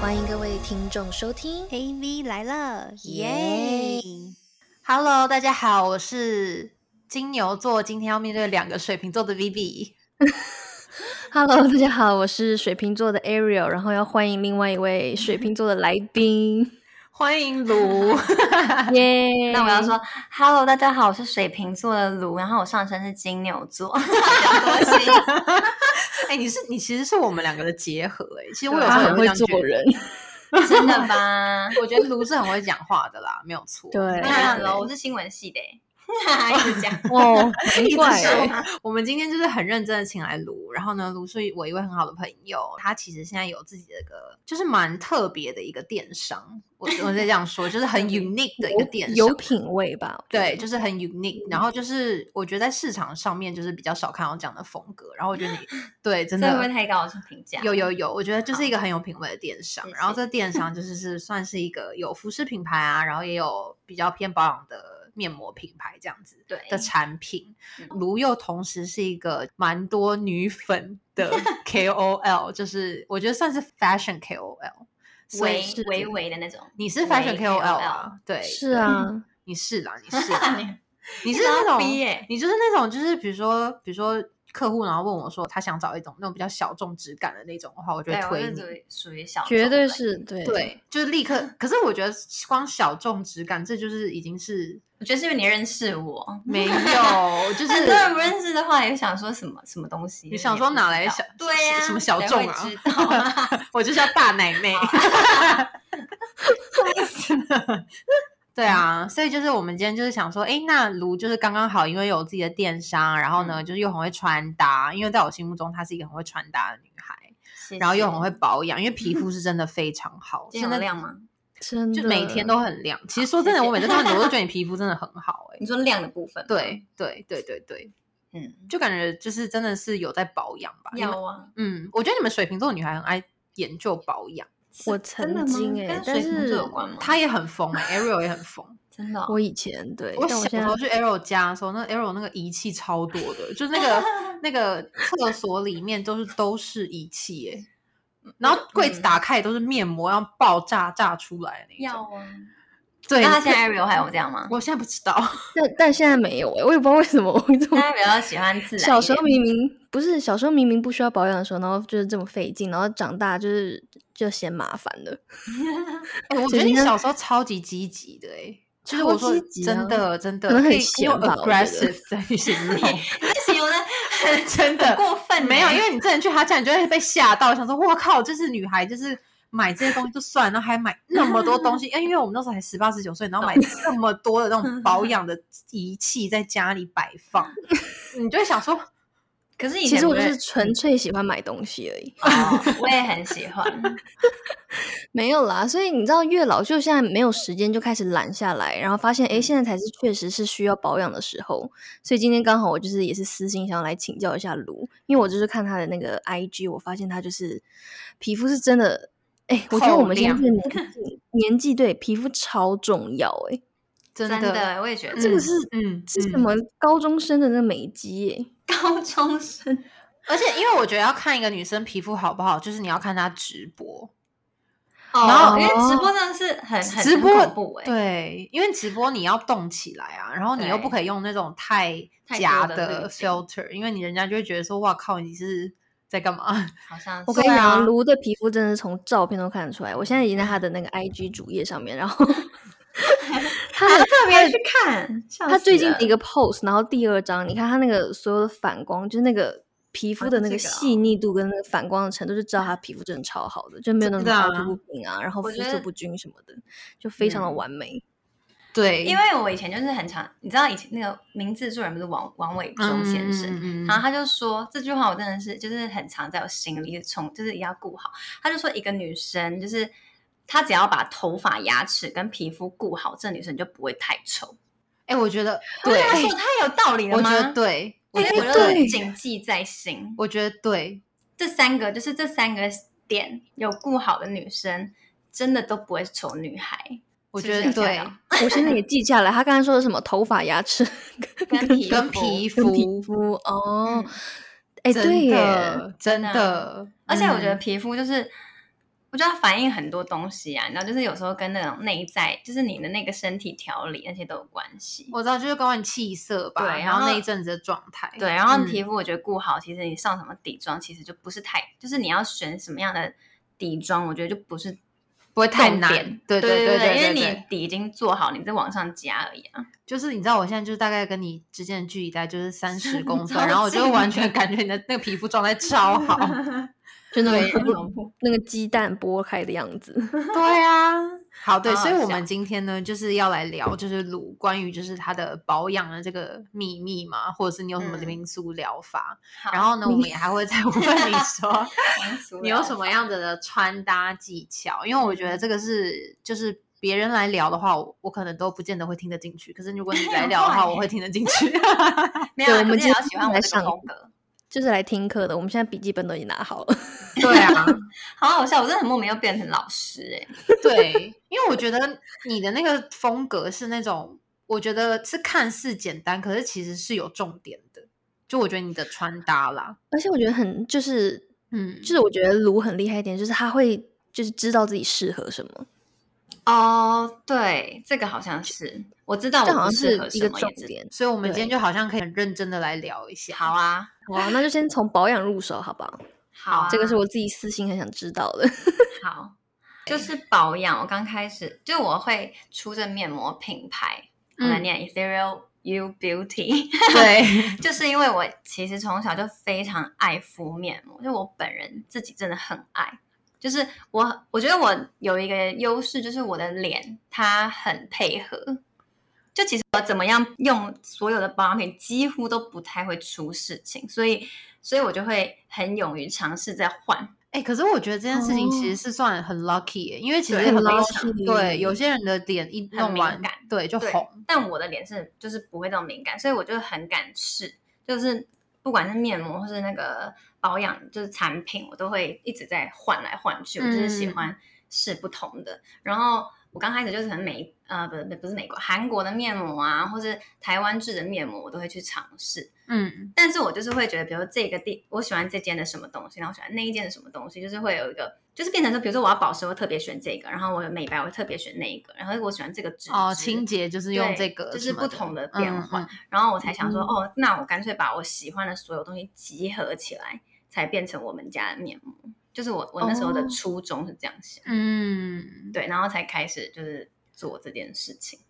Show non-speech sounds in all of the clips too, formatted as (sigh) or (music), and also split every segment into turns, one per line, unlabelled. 欢迎各位听众收听
AV 来了，
耶
耶！
Hello，大家好，我是金牛座，今天要面对两个水瓶座的 Vivi。
Hello，大家 (laughs) 好，我是水瓶座的 Ariel，然后要欢迎另外一位水瓶座的来宾，
欢迎卢，
耶！
那我要说，Hello，大家好，我是水瓶座的卢，然后我上身是金牛
(laughs)
座，
(laughs) 哎、你是你其实是我们两个的结合、哎，其实我有时
啊他
候也
很会
这样
做
觉得，
人，
真的吧？
我觉得卢是很会讲话的啦，没有错。
对
当然了，我是新闻系的
(laughs)
欸，一直讲。
哦，难
一直
怪
说
欸，
我们今天就是很认真的请来卢，然后呢，卢是我一位很好的朋友，他其实现在有自己的一个，就是蛮特别的一个电商，我我在这样说，就是很 unique 的一个电商，
有品味吧？
对，就是很 unique，然
嗯
后就是我觉得在市场上面就是比较少看到这样的风格，然后我
(laughs)
觉得你对真
这会不会
的
太高？我是评价
有有有，我觉得就是一个很有品味的电商，
谢
然后
谢
这电商就是是算是一个有服饰品牌啊，然后也有比较偏保养的面膜品牌这样子
对
的产品
嗯，
卢又同时是一个蛮多女粉
(laughs)
的 KOL，就是我觉得算是 fashion KOL，所以
微
是
微微的那种，
你是 fashion
微。
KOL 啊，对，
是啊，
你是啦，你是
(laughs)
啦
你
你
你
是
想
那
要
种
逼耶
你就是那种就是比如说比如说客户然后问我说他想找一种那种比较小众质感的那种的话，我就
对，
会
我
推
是
你
属。于属于小众类，
绝对是对，
对，就是立刻。可是我觉得光小众质感，这就是已经
(laughs)
是
我觉得是因为你认识我，
没有，就是
很多人不认识的话，也想说什么什么东西，
你想说哪来小
对呀、
什什么小
谁
众
会
啊
知道
我就是要大奶妹。对啊，所以就是我们今天就是想说，哎，那卢就是刚刚好，因为有自己的电商，然后呢，
嗯
就是又很会穿搭，因为在我心目中她是一个很会穿搭的女孩，
谢
(laughs) 然后又
谢
很会保养，因为皮
(laughs)
肤是真的非常好，
今
是
天
那
有亮吗？
真的，
就每天都很亮。其实说真的，
谢谢
我每次看你，我都
(laughs)
觉得你皮肤真的很好、欸，
你说亮的部分，，
对对对对对，
嗯，
就感觉就是真的是有在保养吧。你们
要啊，
嗯，我觉得你们水瓶座女孩很爱研究保养，
我
真的
曾
吗
经
跟
哎，
水
但
瓶座
是
有关吗？
她也很疯、欸、，Ariel 也很
(laughs)
疯。
真的哦、
我以前对，
我
但
小
我现
时
在
候去 Arrow 家的时候，那 Arrow 那个仪器超多的，就是那
(laughs)
个那个厕所里面都是都是仪器耶、然后柜子
嗯
打开也都是面膜，要爆炸炸出来那一
要
种。
啊。
对，
那他现在 Ariel 还有这样吗？
(laughs) 我现在不知道，
但但现在没有哎，我也不知道为什么我这么
他比较喜欢自然一点。
小时候明明不是小时候明明不需要保养的时候，然后就是这么费劲，然后长大就是就嫌麻烦了。
哎、我
姐
觉得你
姐
小时候超级积极的哎、就是
超
我说
积极啊
真的真的，
可能
可
很
以可以用
闲吧我觉得
aggressive (laughs) 在形容，
不行，我的很
真的
很过分欸，
没有，因为你真的去他家，你就会被吓到，想说我靠，这是女孩，就是买这些东西就算，然后还买那么多东西， (laughs) 哎因为我们那时候才十八十九岁，然后买这么多的那 (laughs) 种保养的仪器在家里摆 (laughs) 放，你就会想说，
可是以
其
前
实我
不
就是
嗯
纯粹喜欢买东西而已，
哦我也很喜欢，
没有啦。所以你知道，越老就现在没有时间，就开始懒下来，然后发现
嗯
诶，现在才是确实是需要保养的时候。所以今天刚好我就是也是私心想要来请教一下卢，因为我就是看他的那个 IG，我发现他就是皮肤是真的。哎，我觉得我们现在这个
(laughs)
年纪年纪对皮肤超重要哎、
(laughs) 真
真
的，
的，我也觉得
这个
嗯
是
嗯
是什
嗯
么高中生的那个美肌耶、
高中生
而且因为我觉得要看一个女生皮肤好不好，就是你要看她直播，
然
然
后
后
因为直播真的是很很
直播
很恐怖哎，
对，因为直播你要动起来啊，然后你又不
对
可以用那种太
太
假
多的滤镜
filter，因为你人家就会觉得说，哇靠，你是在干嘛？ (laughs)
好像
我
是
跟你
对啊
讲，卢的皮肤真的是从照片都看得出来。我现在已经在他的那个 IG 主页上面，然后他的
特别去看，笑
他最近
死
的一个 pose，然后第二张，你看他那个所有的反光，就是那个皮肤
啊
的
是
那个
这个
细腻度跟那个反光的程度，就知道他皮肤真的超好的，就没有那种
真的啊
凹凸不平啊，然后
我
肤
觉
色
得
不均什么的，就非常的
嗯
完
(laughs)
美。
对，
了因为我以前就是很常，你知道以前那个名制作人不是王王伟忠先生，
嗯嗯嗯嗯
然后他就说这句话，我真的是就是很常在我心里，从就是也要顾好。他就说一个女生就是她只要把头发、牙齿跟皮肤顾好，这女生就不会太丑。
哎、我觉得
我
对
觉得，他说太有道理了
我
吗？
觉得，对，
我觉得我
对
就谨记在心。
我觉得对，
这三个就是这三个点有顾好的女生，真的都不会是丑女孩，
我
是不
觉
是
得
有吓
对
到，
我现在也记下来，他刚才说的什么头发、牙齿
哦跟
跟
皮
(laughs)
肤
跟皮
跟皮
肤，
肤哦
嗯，
哎、
真
对耶，
的真
的
的，
而且我觉得
嗯
皮肤就是我觉得它反映很多东西啊，你知道，就是有时候跟那种内在，就是你的那个身体调理那些都有关系。
我知道，就是关于气色吧，
对
然
然后
那一阵子的状态，
对，然后
嗯
皮肤我觉得顾好，其实你上什么底妆，其实就不是太，就是你要选什么样的底妆，我觉得就不是
不会太
重
难
点，
对
对
对
对，因为
对
你底已经做好，你再往上加而已啊。
就是你知道，我现在就是大概跟你之间的距离大概就是三十公分
超，
然后我就
近
完全感觉你的那个皮肤状态
(laughs)
超好。
就那
对
个
(laughs)
那个鸡蛋剥开的样子。 (laughs)
对啊，
(laughs)
好对，
好
所以
好
我
笑
们今天呢，就是要来聊就是乳关于就是它的保养的这个秘密嘛，或者是你有什么
嗯
民俗疗法。
好
然后呢，我们也还会再问你
(laughs)
说
民俗
你有
疗
什么
法
样子的穿搭技巧，因为我觉得
嗯
这个是就是。别人来聊的话，我我可能都不见得会听得进去。可是如果你
(laughs)
来聊的话，
会
我会听得进
(laughs)
去。 (laughs)
没有啊，
对我们
可是
今
也
天
要喜欢
来
我这个
上
风格，
就是来听课的，我们现在笔记本都已经拿好了。 (laughs)
对啊，
好好笑，我真的很莫名又变成老师哎、
对，因为我觉得你的那个风格是那种，我觉得是看似简单，可是其实是有重点的。就我觉得你的穿搭啦，
而且我觉得很就是
嗯，
就是我觉得卢很厉害一点，就是他会就是知道自己适合什么，
哦，对，这个好像是，我知道
这
我
好
不
像
适
是
合
一
什
个
么
重
也知
点。
所以我们今天
对
就好像可以很认真的来聊一下。
好啊，
好啊，那就先从保养入手，好不好？
好啊，
这个是我自己私心很想知道的。
好，就是保养。我刚开始就我会出这面膜品牌，我来
嗯
念 Ethereal You Beauty，
对，
(laughs) 就是因为我其实从小就非常爱敷面膜，就我本人自己真的很爱。就是我，我觉得我有一个优势，就是我的脸它很配合。就其实我怎么样用所有的保养品，几乎都不太会出事情，所以，所以我就会很勇于尝试再换。
哎、可是我觉得这件事情其
哦
实是算很 lucky，耶、因为其实
对
很
(laughs) 很
多
lucky
对有些人的脸一
很
弄
敏
完
感，
对就
对
红。
但我的脸是就是不会那么敏感，所以我就很敢试，就是不管是面膜或是那个保养，就是产品，我都会一直在换来换去，我就是喜
嗯
欢试不同的。然后我刚开始就是很美呃，不不不是美国，韩国的面膜啊，或是台湾制的面膜，我都会去尝试。
嗯，
但是我就是会觉得，比如说这个地，我喜欢这间的什么东西，然后我喜欢那一间的什么东西，就是会有一个，就是变成说，比如说我要保湿，我会特别选这个，然后我有美白，我会特别选那一个，然后我喜欢这个纸
哦，
质
清洁就是用
对
这个什么的，
就是不同的变
嗯
换
嗯
然后我才想说，哦，那我干脆把我喜欢的所有东西集合起来，才变成我们家的面膜。就是我我那时候的
哦
初衷是这样想，
嗯，
对，然后才开始就是做这件事情。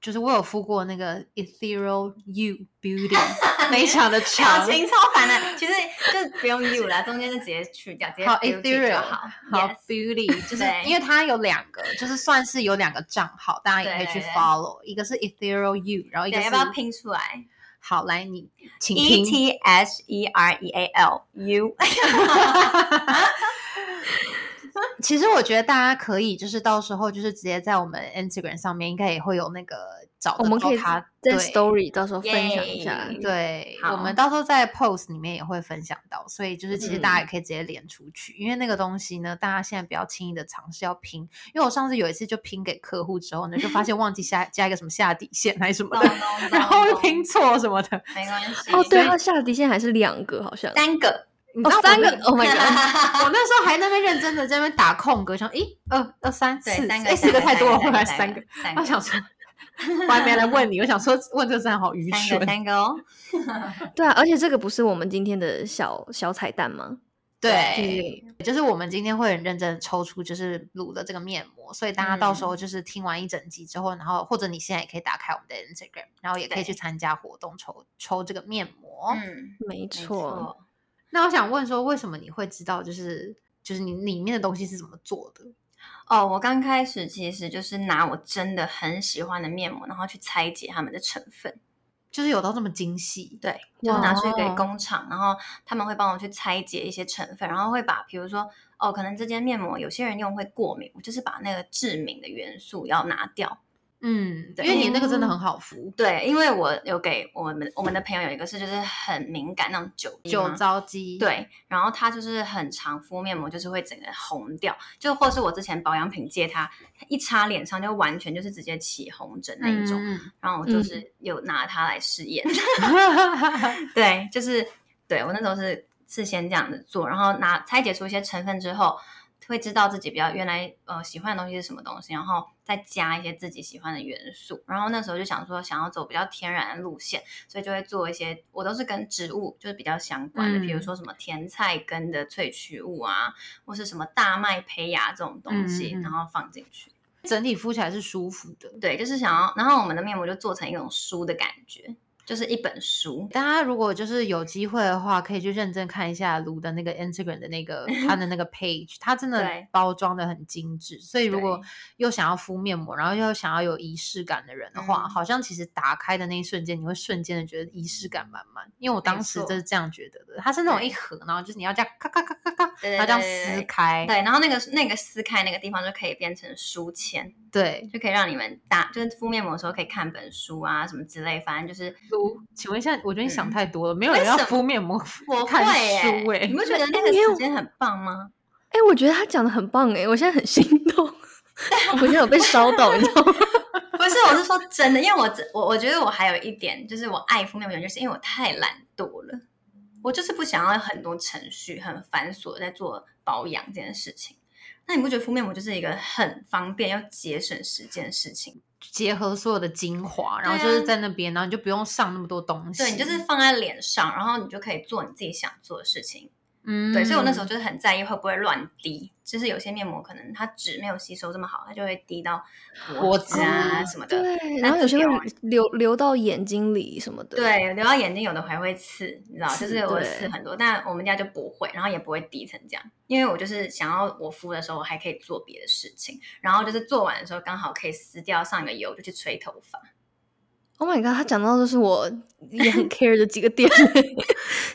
就是我有敷过那个 Ethereal You
(laughs)
Beauty，非常的长。
情超烦的，其实就不用 you 啦，中间就直接去掉，直接
好
beauty 就
，Ethereal
好。
好
Yes
Beauty，就是
对
因为它有两个，就是算是有两个账号，大家也可以
对
去
对对
follow，一个是 Ethereal You，然后一个
对，
是
要不要拼出来
好来你请
？E
听
T H E R E A L
(laughs)
U，
其实我觉得大家可以就是到时候就是直接在我们 Instagram 上面应该也会有那个找得
我们
到
可以
它
在
对
story 到时候分享一下。
Yay
对，
嗯好
我们到时候在 post 里面也会分享到，所以就是其实
嗯
大家也可以直接连出去，因为那个东西呢，大家现在不要轻易的尝试要拼，因为我上次有一次就拼给客户之后呢，就发现忘记下加一个什么下底线还是什么的，然后又拼错什么的，
没关系。
哦，对，
所以
他下的底线还是两个，好像。
三个，
你
哦
知道，我
三个
那
，Oh my
(laughs)
god！ (laughs)
我那时候还在那边认真的在那边打空格，想一二二三四，
对，三
哎
个，
四
三
个太多了，后
三
来
三
三
个
个，，
三
我
个，
想说。我还没来
(laughs)
问你，我想说问这真的好愚
三
蠢
个，。三个哦。
对啊，而且这个不是我们今天的小小彩蛋吗？
对，就是我们今天会很认真地抽出就是卤的这个面膜，所以大家到时候就是听完一整集之后，然后或者你现在也可以打开我们的 Instagram，然后也可以去
对
参加活动抽抽这个面膜。
嗯，
没
没
错，，
那我想问说，为什么你会知道就是就是你里面的东西是怎么做的？
哦，我刚开始其实就是拿我真的很喜欢的面膜，然后去拆解它们的成分，
就是有到这么精细？
对，就是拿去给
哇
工厂，然后他们会帮我去拆解一些成分，然后会把，比如说，哦，可能这件面膜有些人用会过敏，我就是把那个致敏的元素要拿掉，
嗯，因
对
为你那个真的很好敷，
对，因为我有给我们我们的朋友有一个是就是很敏感那种酒精
酒
嘛
糟肌，，
对，然后它就是很常敷面膜，就是会整个红掉，就或是我之前保养品借它，一擦脸上就完全就是直接起红疹那一种，
嗯。
然后我就是有拿它来试
(laughs)
验， (laughs) 对，就是对我那时候是是先这样子做，然后拿拆解出一些成分之后，会知道自己比较原来呃喜欢的东西是什么东西，然后再加一些自己喜欢的元素。然后那时候就想说想要走比较天然的路线，所以就会做一些我都是跟植物就是比较相关的，
嗯
比如说什么甜菜根的萃取物啊，或是什么大麦胚芽这种东西，
嗯嗯嗯
然后放进去。
整体敷起来是舒服的。
对，就是想要，然后我们的面膜就做成一种书的感觉，就是一本书。
大家如果就是有机会的话，可以去认真看一下卢的那个 Instagram 的
(laughs)
那个他的那个 page，他真的
对
包装的很精致。所以如果
对
又想要敷面膜，然后又想要有仪式感的人的话，
嗯
好像其实打开的那一瞬间，你会瞬间的觉得仪式感满满。因为我当时
错
就是这样觉得的，它是那种
对
一盒，然后就是你要这样咔咔咔咔咔，
对对
然后这样
对对
撕
对
开，
对，然后那个那个撕开那个地方就可以变成书签，
对。
就可以让你们打，就是敷面膜的时候可以看本书啊什么之类，反正就是
卢，请问一下，我觉得你想
嗯
太多了，没有人
为
要
什么
敷面膜 (laughs)
我会
看
耶、
书哎、
你不觉得
(laughs)
那个
没有
时间很棒吗？
哎、我觉得他讲的很棒哎、我现在很心 (laughs) 动，我现在有被烧到，你知道吗？
不是，我是说真的，因为我真我我觉得我还有一点就是我爱敷面膜，就是因为我太懒惰了，我就是不想要很多程序很繁琐地在做保养这件事情。那你不觉得敷面膜就是一个很方便又节省时间的事情吗？
结合所有的精华，然后
对
就是
啊
在那边，然后你就不用上那么多东西。
对你就是放在脸上，然后你就可以做你自己想做的事情。
嗯，
对，所以我那时候就是很在意会不会乱滴，就是有些面膜可能它纸没有吸收这么好，它就会滴到
脖
脖
子
子啊
哦
什么的。
对，
那
然后有啊
自
些
己
会
玩
流流到眼睛里什么的。，
对，流到眼睛有的还会刺，你知道，就
刺
是我
对
刺很多，但我们家就不会，然后也不会滴成这样，因为我就是想要我敷的时候我还可以做别的事情，然后就是做完的时候刚好可以撕掉上一个油就去吹头发，
Oh my god，他讲到的是我也很 care 的几个点 (laughs) 欸、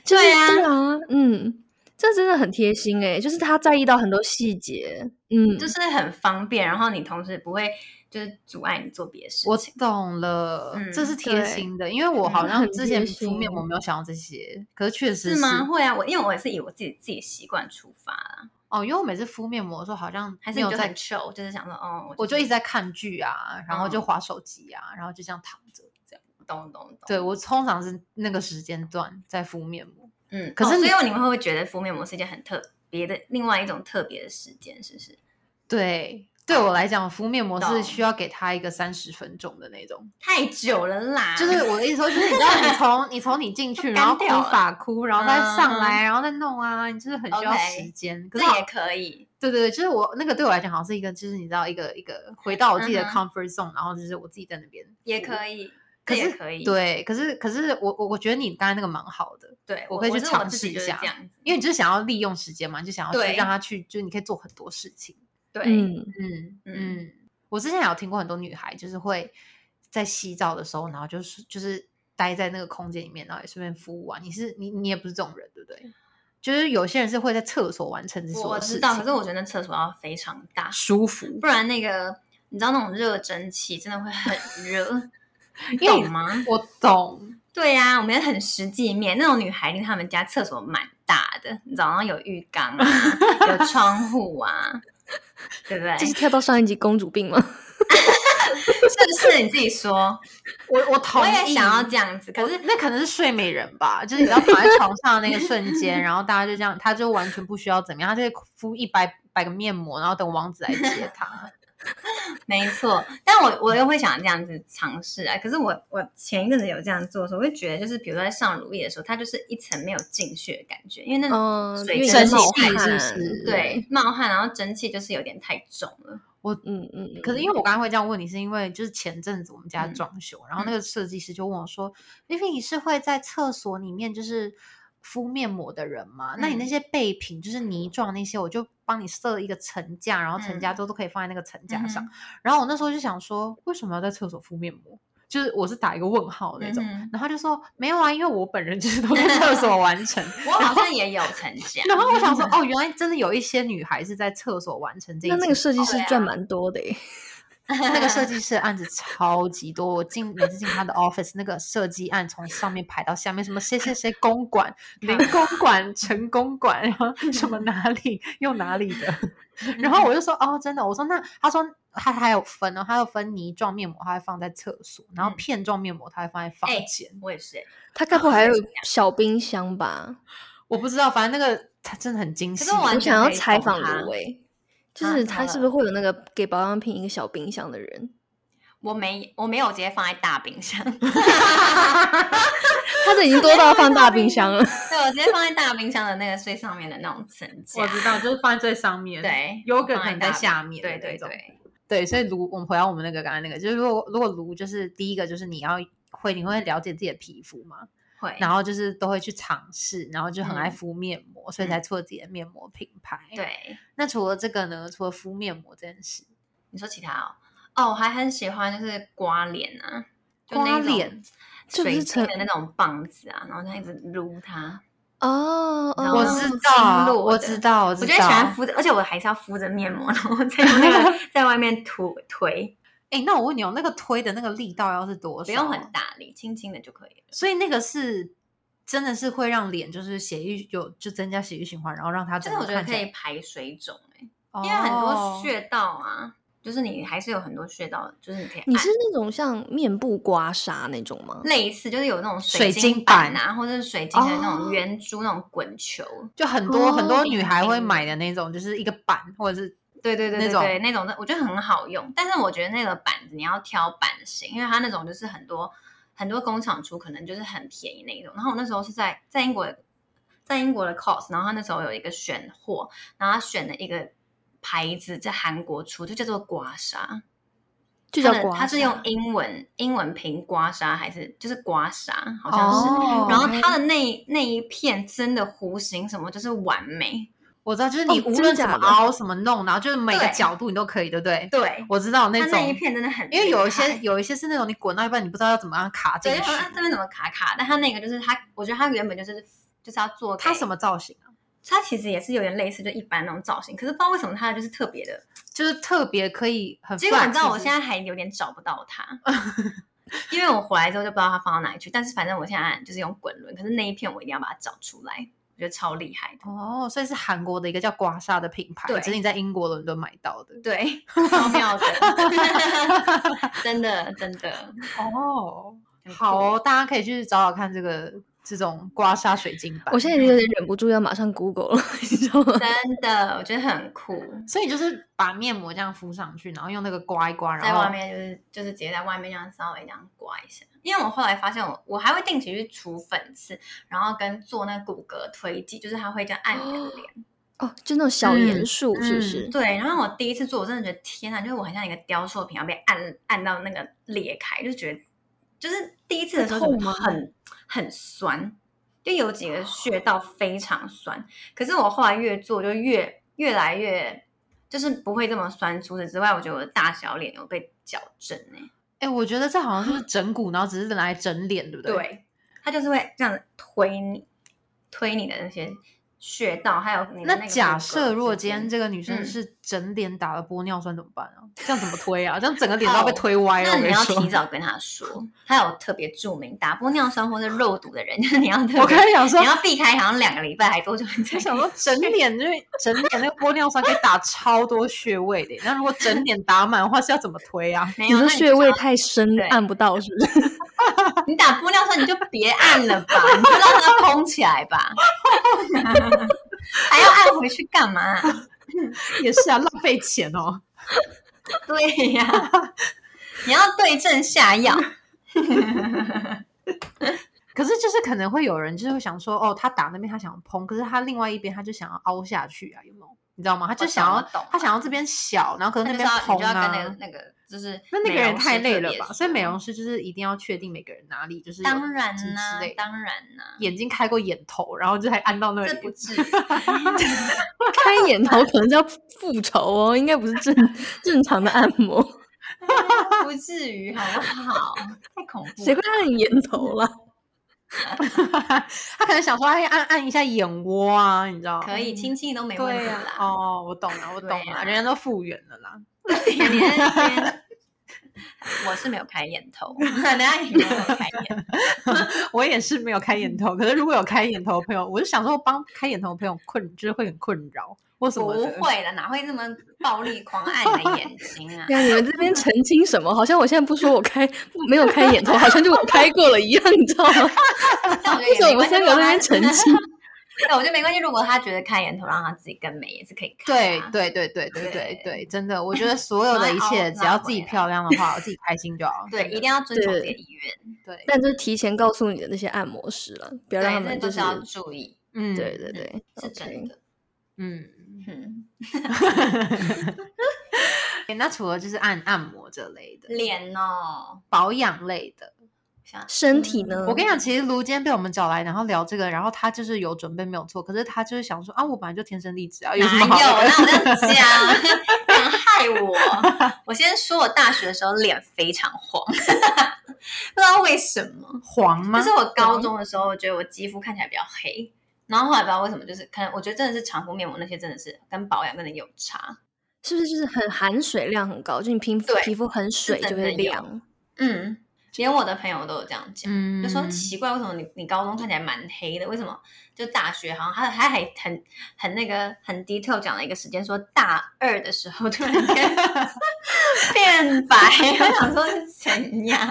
就是
对啊
对啊，嗯，这真的很贴心哎、就是他在意到很多细节，嗯，
就是很方便，然后你同时不会就是阻碍你做别的事
我
情。
懂了，
嗯啊
这是贴
对
心的，因为我好
嗯
像
很
之
贴
前敷面
心
膜没有想到这些，可是确实
是吗？会啊，我因为我也是以我自己自己习惯出发啦，
哦，因为我每次敷面膜的时候好像
还是你
没有
就
在
很，糗，就是想说，哦，
我就一
是
直在看剧啊，然后就
嗯
划手机啊，然后就这样躺着这样。
懂懂懂。
对，我通常是那个时间段在敷面膜，
嗯，
可
可
是
是、
你
所以你们会不会觉得敷面膜是一件很特别的另外一种特别的时间，是不是？
对。对我来讲，敷面膜是
哦懂
需要给它一个三十分钟的那种，
太久了啦，
就是我的意思说，就是你知道，你从你从你
(laughs)
进去，然
啊干
后哭
掉了
法哭，然后再上
嗯
来，然后再弄啊，你就是很需要
OK，
时间。可是
这
好
也可以，
对对对，就是我那个对我来讲，好像是一个，就是你知道，一个一个回到我自己的
嗯
comfort zone，、然后就是我自己在那边
也
服
可以，
可
这
是
也可以，
对，可是可是我我我觉得你刚才那个蛮好的，
对，
我
我
可以去
是
尝
我自
试
己
一
就是
下
这样子，
因为你就是想要利用时间嘛，你就想要去
对
让他去，就是你可以做很多事情。
对，
嗯，
嗯
嗯
嗯，我之前有听过很多女孩，就是会在洗澡的时候，然后就是就是待在那个空间里面，然后也顺便敷完。你是你你也不是这种人，对不对？就是有些人是会在厕所完成
我
这所有
我
事
知
情，
道，可是我觉得那厕所要非常大，
舒服，，
不然那个你知道那种热蒸汽真的会很热
(laughs) 因
你
为
懂吗？
我懂。
对呀、我们也很实际面，那种女孩子她们家厕所蛮大的，你知道，然后有浴缸啊，有窗户啊，对不
(laughs)
对？
这是
是
跳到上一集公主病吗？
不是你自己说？
我我同
我
意，
也想要这样子，可
可
是
是那可能是睡美人吧，就是
(laughs)
你知道躺在床上的那个瞬间，然后大家就这样，他就完全不需要怎么样，他就会敷一百百个面膜，然后等王子来接他。
没错，但我我又会想这样子尝试啊。可是我我前一阵子有这样做的时候，我会觉得就是比如说在上乳液的时候，它就是一层没有进去的感觉，因为那
嗯，因
水
为你
蒸
在
气
冒汗
太
是不
是
是？
对，冒汗，然后蒸汽就是有点太重了。
嗯嗯嗯。
可是因为我刚才会这样问你，是因为就是前阵子我们家
嗯
装修，然后那个设计师就问我说：“Vivi，、你是会在厕所里面就是敷面膜的人吗？那你那
嗯
些备品就是泥状那些，我就帮你设一个层架，然后层架之后都可以放在那个层架上。
嗯
然后我那时候就想说，为什么要在厕所敷面膜？就是我是打一个问号那种。
嗯
然后他就说没有啊，因为我本人就是都在厕所
(laughs)
完成。，
我好像也有曾经
(laughs)
然后我想说，哦，原来真的有一些女孩是在厕所完成这一
那那个
切
设计师
对
赚
啊
蛮多的耶、欸
那个
(laughs)
设计师的案子超级多，我进每次进他的 office，那个设计案从上面排到下面，什么谁谁谁公馆、
(laughs)
林公馆、陈公馆，然后什么哪里又哪里的，
嗯
然后我就说哦，真的，我说那他说他还有分哦，他有分泥状面膜，他会放在厕所，然
嗯
后片状面膜他会放在房
哎
间，
我也是欸、
他该不会还有小冰箱吧？
我不知道，反正那个他真的很精
可
细。
是我完
我
全
想要
可以
采
懂
访
他
芦苇，就
啊
是
怎
他
么
是
了
不是会有那个给保养品一个小冰箱的人？
我没我没有直接放在大冰箱， (laughs)
他这已经多到放大冰箱
(laughs)
了。
对我直接放在大冰箱的那个最上面的那种层
我
架，
知道，就是放在最上面，
对
，yogurt
我
可
放
能在
大
下面，
对对，对，
对，所以炉，我们回到我们那个刚才那个，就是如果如果炉就是第一个就是你要会你会了解自己的皮肤嘛，
会，
然后就是都会去尝试，然后就很爱
嗯
敷面膜，所以才出了自己的面膜品牌。，
对，
那除了这个呢，除了敷面膜这件事，
你说其他哦，哦，我还很喜欢就是刮脸啊，就那
刮
种
脸
这不
水
是
晶
成
的那种棒子啊，然后就一直撸它，
哦，
然
哦
后
我
是
知
经
道，
络
我
的
知道，我
我
知
就
道。
会喜欢敷着，而且我还是要敷着面膜，然后再
(laughs)
用那个在外面涂推，
哎，那我问你哦，那个推的那个力道要是多少？
不用很，大力，轻轻的就可以了。
所以那个是。真的是会让脸就是血液有就增加血液循环，然后让它
就
整
是
个
我觉得
看起
可
来
以，排水肿、欸，因为很多
哦
穴道啊，就是你还是有很多穴道，就是你可以
你
按
是那种像面部刮痧那种吗？
类似就是有那种
水晶
晶
板
啊，或者是水晶的那
哦
种圆珠、那种滚球，
就很多、很
哦
多女孩会
嗯
买的那种，就是一个板或者是
对对对
那
对
种
对，那种的我觉得很好用，但是我觉得那个板子你要挑版型，因为它那种就是很多很多工厂出，可能就是很便宜那一种。然后我那时候是在在英国，在英国的 COS，然后他那时候有一个选货，然后他选了一个牌子在韩国出，就叫做刮痧，
就叫
它的
刮痧。
它是用英文英文拼刮痧还是就是刮痧，好像是。
哦
然后它的那一那一片真的弧形什么就是完美，
我知道，就是你
哦
无
真
论
假
怎么
的
凹、怎么弄，然后就是每个
对
角度你都可以，对不对？
对，
我知道那
它
种，
那一片真的很
因为有一
厉
些
害
有一些是那种你滚到一半你不知道要怎么样卡进
对，
去
就。想说啊这边怎么卡卡？但他那个就是他，我觉得他原本就是就是要做
它
给
什么，造型啊？
他其实也是有点类似就一般那种造型，可是不知道为什么他就是特别的。
就是特别可以很 flat，
结果你知道我
是不是
现在还有点找不到
(laughs)
他，因为我回来之后就不知道他放到哪里去。但是反正我现在就是用滚轮，可是那一片我一定要把它找出来，我觉得超厉害的。
哦，所以是韩国的一个叫刮痧的品牌，
对
只是你在英国伦敦买到的。
对， (laughs) 超妙
(laughs)
的，真的真的。
哦，
很
好
酷
哦，大家可以去找找看这个这种刮痧水晶板。
我现在有点忍不住要马上 Google 了，你知道吗？
真的，我觉得很酷。
所以你就是把面膜这样敷上去，然后用那个刮一刮，然
在
后
外面就是就是直接在外面这样稍微这样刮一下，因为我后来发现我我还会定期去除粉刺，然后跟做那骨骼推挤，就是它会这样按你的脸。
哦，就那种小
嗯
鼹鼠是不是？
对，然后我第一次做，我真的觉得天呐，就是我很像一个雕塑品，要被按按到那个裂开，就觉得就是第一次的时候
会
怎
痛
么
吗哦
很很酸，就有几个穴道非常酸。可是我后来越做就越越来越就是不会这么酸。除此之外，我觉得我的大小脸有被矫正哎、
哎、我觉得这好像就是整骨，然后只是拿来整脸，对不对？
对，它就是会这样子推你，推你的那些穴道，还有你的
那
个
假
骨
设
骼
如果
之
今天
间
这个女生
嗯
是整脸打了玻尿酸怎么办啊？这样怎么推啊？这样整个脸都要被
哦
推歪了。
那
我
你
跟
要
说
提，早跟他说，他有特别注明打玻尿酸或者肉毒的人，就是你要特别
我刚才想说
你，要避开，好像两个礼拜还多久你才
我想说整脸就是整脸那个玻尿酸可以打超多穴位的，那如果整脸打满的话是要怎么推啊？
没
你
有？那
说
你
穴位太深
对
按不到是不是？ (laughs)
你打玻尿酸你就别按了吧，你就让它嘭起来吧，还要按回去干嘛？
也是啊，浪费钱哦。
对呀、你要对症下药。
可是就是可能会有人就是会想说，哦，他打那边他想要嘭，可是他另外一边他就想要凹下去啊，有没有？你知道吗？他就
我懂
想要
我懂
他想要这边小，然后可能
那
那
就是要
边嘭
你就要跟那
啊
个。那个就是
那那
美
个人
容
太
师
累
特
了
别
吧？所以
说
美容师就是一定要确定每个人哪里就是有
当然
痣
啦
之类，的
当然啦，
眼睛开过眼头，然后就还按到那
这
里。
不至于。
开 (laughs) 眼头可能叫复仇哦，应该不是 (laughs) 正正常的按摩，
不至于，好不好？太恐怖
谁
了。
会按眼头啦？
他可能想说，哎，按按一下眼窝啊，你知道？
可以亲亲都没问
对
题
呀、
啦。
哦，我懂了，我懂
对
了，
啊
人家都复原了啦。
你在那边我是没有开眼头，人家也没有开眼。
我也是没有开眼头，可是如果有开眼头的朋友，我就想说帮开眼头的朋友困，就是会很困扰或什
不
么的。
会的，哪会这么暴力狂按你的眼睛
(laughs)
啊？
对啊，你们这边澄清什么？好像我现在不说我开没有开眼 (laughs) 头，好像就我开过了一样，你知道吗？
但我觉得
为
也
什么
没
我们
关系 (laughs)
三个在那边澄清？
对，我觉得没关系。如果他觉得开眼头让他自己更美，也是可以开、
对
啊。，
对对对对对
对
对，真的，我觉得所有的一切，只要自己漂亮的话，自己开心就好。
对，一定要遵守
对
自己的意愿，
对，
但就是提前告诉你的那些按摩师了，不要让他
对，这
们
都
就是
要注意，
嗯，
对对对，
是真
OK
的。
嗯。
嗯，
那除了就是按按摩这类的
脸哦，
保养类的，
想
身体呢？
嗯
我跟你讲，其实卢今天被我们找来，然后聊这个，然后他就是有准备没有错，可是他就是想说啊，我本来就天生丽质啊，有什
哪
么
(laughs) 有？
好 (laughs)
哪有这 (laughs) 样
的？
讲？想害我？我先说，我大学的时候脸非常黄， (laughs) 不知道为什么。
黄吗？
但是我高中的时候，我觉得我肌肤看起来比较黑，然后后来不知道为什么，就是可能我觉得真的是长敷面膜那些真的是跟保养真的有差。
是不是就是很含水量很高？就你皮肤
对
皮肤很水
真
就
的
会
有
亮。
嗯，连我的朋友都有这样讲。
嗯，
就
(laughs)
说奇怪，为什么你你高中看起来蛮黑的？为什么就大学好像他他还很很那个很 detail 讲了一个时间，说大二的时候突然 (laughs) 间变白，我 (laughs) 想说是怎样？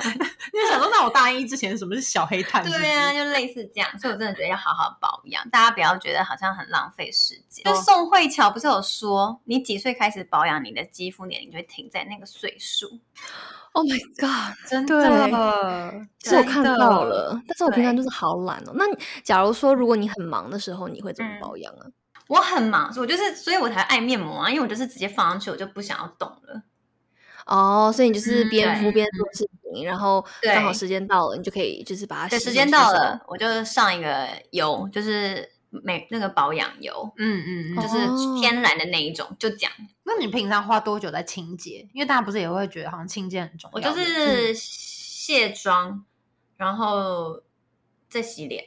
你就想说，那我大一之前什么是小
(laughs)
黑炭？
对啊，，就类似这样，所以我真的觉得要好好保养，大家不要觉得好像很浪费时间。哦就宋慧乔不是有说，你几岁开始保养，你的肌肤年龄就会停在那个岁数。
Oh my
(laughs)
god！
真
对
的， (laughs)
是我
真
看
的
到。了，但是我平常
对
就是好懒哦。那你假如说如果你很忙的时候，你会怎么
嗯
保养啊？
我很忙，所以我就是，所以我才爱面膜啊，因为我就是直接放上去，我就不想要动了。
哦，所以你就是
嗯
边敷
对
边做事情，然后刚好
对
时间到了，你就可以就是把它
对，
洗
时
手
间
洗
到
手
了，我就上一个油，就是美那个保养油，
嗯嗯，
就
嗯，
哦
是天然的那一种，就这样。
那你平常花多久在清洁？因为大家不是也会觉得好像清洁很重要
我
的。
就
嗯
是卸妆，然后再洗脸，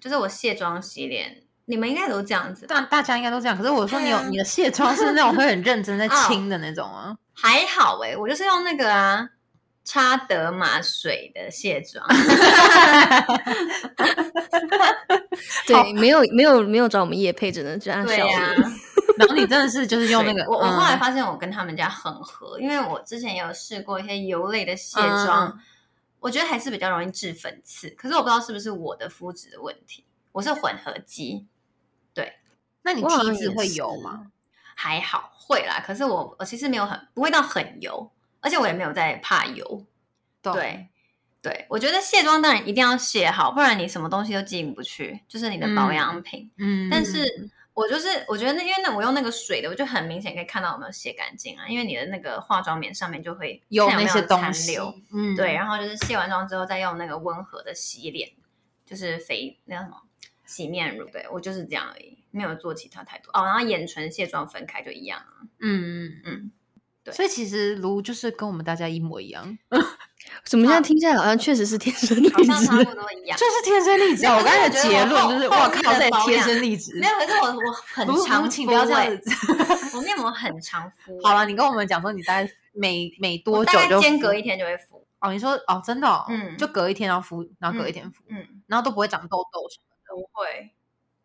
就是我卸妆洗脸。你们应该都这样子吧，
大大家应该都这样，可是我说
(laughs)
你有
对啊
你的卸妆是那种会很认真在
哦
清的那种啊，
还好哎、我就是用那个啊，差德玛水的卸妆，
对，没有没有没有找我们叶配，只能这样
对啊
效
呀、
率。
然后你真的是就是用那个，
我我后来
嗯
发现我跟他们家很合，因为我之前也有试过一些油类的卸妆，
嗯
我觉得还是比较容易致粉刺。可是我不知道是不是我的肤质的问题，我是混合肌，
那你
我好像
体脂
也
会油
是
吗？
还好会啦。可是我我其实没有很不会到很油，而且我也没有在怕油。
懂
对，对，我觉得卸妆当然一定要卸好，不然你什么东西都进不去，就是你的保
嗯
养品。
嗯，
但是我就是我觉得那因为那我用那个水的，我就很明显可以看到有没有卸干净啊，因为你的那个化妆棉上面就会
有
看
那
没
些东
残
西
留，，
嗯，
对，，啊然后就是卸完妆之后再用那个温和的洗脸，就是肥那叫什么洗面乳，对我就是这样而已，没有做其他太多哦。然后眼唇卸妆分开就一样啊，
嗯嗯嗯
嗯。对
所以其实卢就是跟我们大家一模一样，
怎么现在
好
听下来好像确实是天生
嗯
丽
好
(laughs)
像
质
差不多一样
就。是天生丽质啊。
没有
我刚才
可
的
是我觉
结
得我后
论就是，
后
哇
面
靠，
的
这
保
天
养
生丽质
没。有，可是我我很
卢
常
卢，
敷、
请不要这样
欸
子。
我面膜很常敷欸、
(laughs)
欸
好了，你跟我们讲说你大概每每
我
多久
大概
就
间
敷
隔一天就会敷，
哦？你说哦，真的哦，
嗯
就隔一天要敷，然后隔一
嗯
天敷，
嗯，
然后都不会长痘痘什么的。
不会。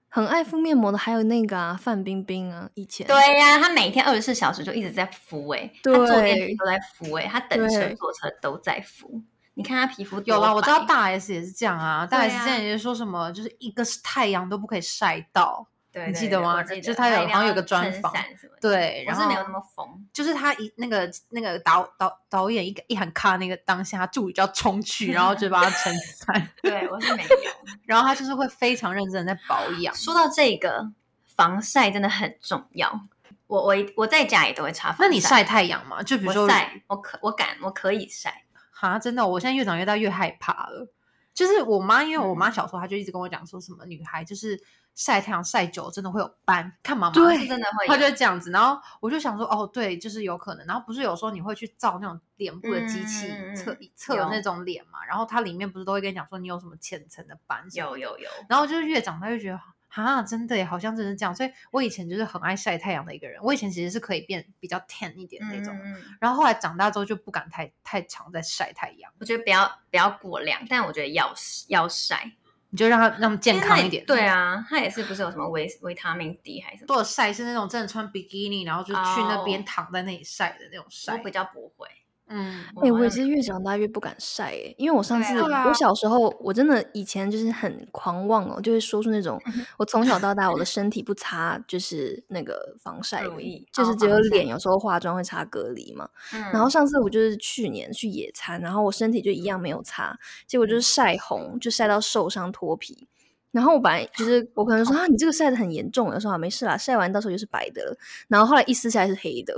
很爱敷面膜的，还有那个啊，范冰冰啊，以前
对呀、他每天二十四小时就一直在敷哎、欸，他坐电梯
对
都在敷哎、欸，他等车
对
坐车都在敷。你看他皮肤
有啦，
了，
我知道大 S 也是这样啊，大
对
S 之前
啊
也是说什么，就是一个是太阳都不可以晒到，
对，
你
对
记
对
得吗
我记得
就是他有
一定
好像有
要
个专
撑
访
伞什么的
对，
我
然
是
后
没有那么疯，
就是他一那个那个导导导演一个一喊咔那个当下，他助理就要冲去，然后就把他撑散，
对我是没有。
(laughs) 然后他就是会非常认真地在保养。
说到这个，防晒真的很重要。我我一我在家也都会擦防
那你晒太阳吗？就比如
我
说，
晒，我可我敢，我可以晒。
哈，真的，我现在越长越大越害怕了。就是我妈，因为我
嗯
妈小时候她就一直跟我讲说什么女孩就是晒太阳晒久了真的会有斑，看妈妈
对
是真的会有，
他就会这样子，然后我就想说，哦，对，就是有可能。然后不是有时候你会去照那种脸部的机器
嗯嗯嗯
测测
有
那种脸嘛，然后它里面不是都会跟你讲说你有什么浅层的斑什么
有
的。
有有，
然后就是越长大越觉得，哈，真的耶，好像真的是这样。所以我以前就是很爱晒太阳的一个人，我以前其实是可以变比较 tan 一点
嗯
那种。
嗯嗯
然后后来长大之后就不敢太太常在晒太阳，
我觉得不要不要过量，但我觉得要要晒。
你就让它让健
因为
康
那
一
里
点。
对。
嗯
啊，它也是不是有什么维维他命 D 还是什么？
做的晒是那种真的穿比基尼，然后就去那边
哦
躺在那里晒的那种晒。
我比较不会，
嗯，
哎、我
们
也是越长大越不敢晒哎、因为我上
对
次、
啊
我小时候，我真的以前就是很狂妄哦，就会说出那 (laughs) 种我从小到大我的身体不擦就是那个防晒
乳
的
液
就是
哦
只有
防晒
脸有时候化妆会擦隔离嘛。
嗯
然后上次我就是去年去野餐，然后我身体就一样没有擦，结
嗯
果就是晒红，就晒到受伤脱皮。然后我本来就是我可能
哦
说啊，你这个晒的很严重，我说啊没事啦，晒完到时候就是白的了。然后后来一撕下来是黑的，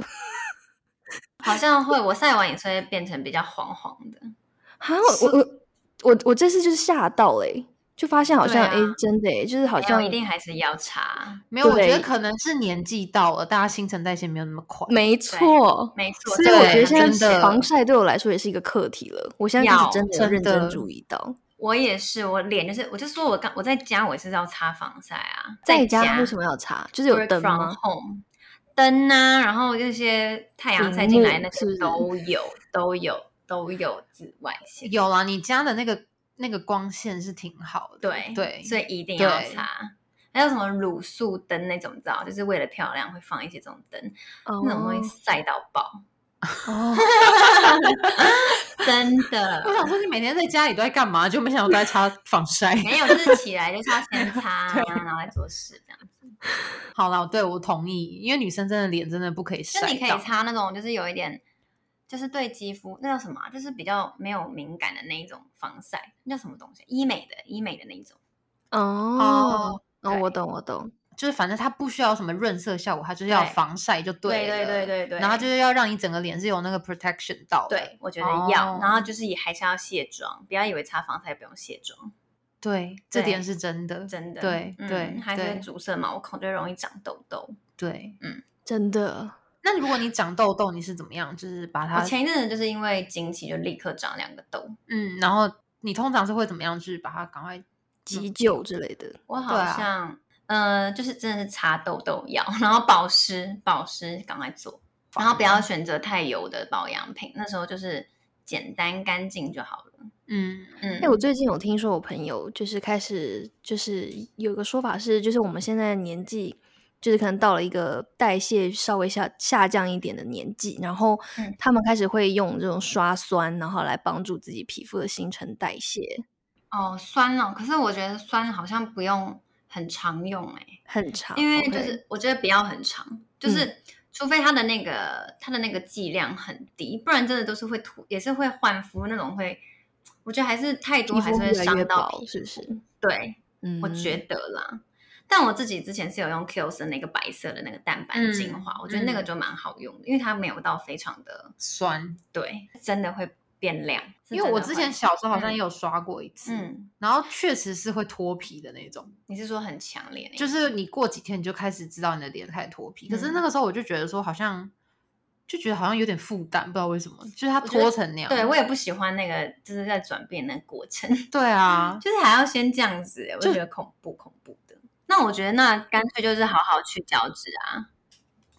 好像会，我晒完也是会变成比较黄黄的。
啊，我我我我这次就是吓到嘞、就发现好
对
像
啊
哎、诶真的哎、就是好
没有
像
一定还是要擦，
没有，我觉得
对
可能是年纪到了，大家新陈代谢没有那么快。
嗯
没错。
没错。
所以
这
我
个
觉得
很
现
明
在
显
的
防晒对我来说也是一个课题了。我现在开
要
始真的有
真
认
的
真注意到，
我也是，我脸就是，我就说我刚我在家我也是要擦防晒啊，
在
家
家为什么要擦？就是有
work
灯
from
吗？
home 灯啊，然后这些太阳晒进来那
荧幕是不
个
是
都有都有都有紫外线，
有啦，你家的那个那个光线是挺好的，
对
对，
所以一定要
对
擦。还有什么卤素灯那种，你知道，就是为了漂亮会放一些这种灯，
哦
那种东西晒到爆，
哦，
真的。
我想说，你每天在家里都在干嘛？就没想到都在
(laughs)
擦防晒。
没有，就是起来就是要先
(laughs)
擦，然后再做事这样子。
好啦，对我同意，因为女生真的脸真的不可以晒
就
到。
你可以擦那种，就是有一点，就是对肌肤那叫什么啊、就是比较没有敏感的那一种防晒，那叫什么东西？医美的，医美的那一种。
哦
哦，
哦，
对
我懂，我懂。
就是反正它不需要什么润色效果，它就是要
对
防晒就
对
了
对对对对
然后就是要让你整个脸是有那个 protection 到的。
对，我觉得要。
哦
然后就是也还是要卸妆，不要以为擦防晒不用卸妆，
对，这
对
点是真的，
真的。
对
嗯
对
还是会
对
阻塞毛孔，就容易长痘痘。
对。
真
嗯
的，
那如果你长痘痘，你是怎么样？就是把
我
它
前一阵子就是因为经期就立刻长两个痘，
嗯，然后你通常是会怎么样去把它赶快
急救之类的，
我
对
好
啊
像、呃，就是真的是擦痘痘药，然后保湿，保湿赶快做，然后不要选择太油的保养品。那时候就是简单干净就好了。
嗯
嗯，
哎、我最近有听说我朋友就是开始就是有个说法是，就是我们现在年纪就是可能到了一个代谢稍微下下降一点的年纪，然后
嗯
他们开始会用这种刷酸，然后来帮助自己皮肤的新陈代谢，
哦，酸哦，可是我觉得酸好像不用很常用哎、
很长，
因为就
OK
是我觉得不要很长，就是、
嗯
除非它的那个它的那个剂量很低，不然真的都是会涂，也是会换肤那种会，我觉得还是太多
皮
还
肤
是
越
会
来越
伤到
薄
皮，，
是不是？
对，
嗯，
我觉得啦。但我自己之前是有用 Kiehl's 的那个白色的那个蛋白精华，
嗯
我觉得那个
嗯
就蛮好用的，因为它没有到非常的
酸，
对，真的会变亮。是
因为
真
我
的
之
会
前小时候好像
嗯
也有刷过一次，
嗯，
然后确实是会脱皮的那种，
你是说很强烈那种，
就是你过几天你就开始知道你的脸开始脱皮，可是那
嗯
个时候我就觉得说好像。就觉得好像有点负担，不知道为什么，就是它
我觉得
脱成那样。
对我也不喜欢那个就是在转变的过程，
对啊，
就是还要先这样子，欸我就
就
觉得恐怖恐怖的。那我觉得那干脆就是好好去角质啊，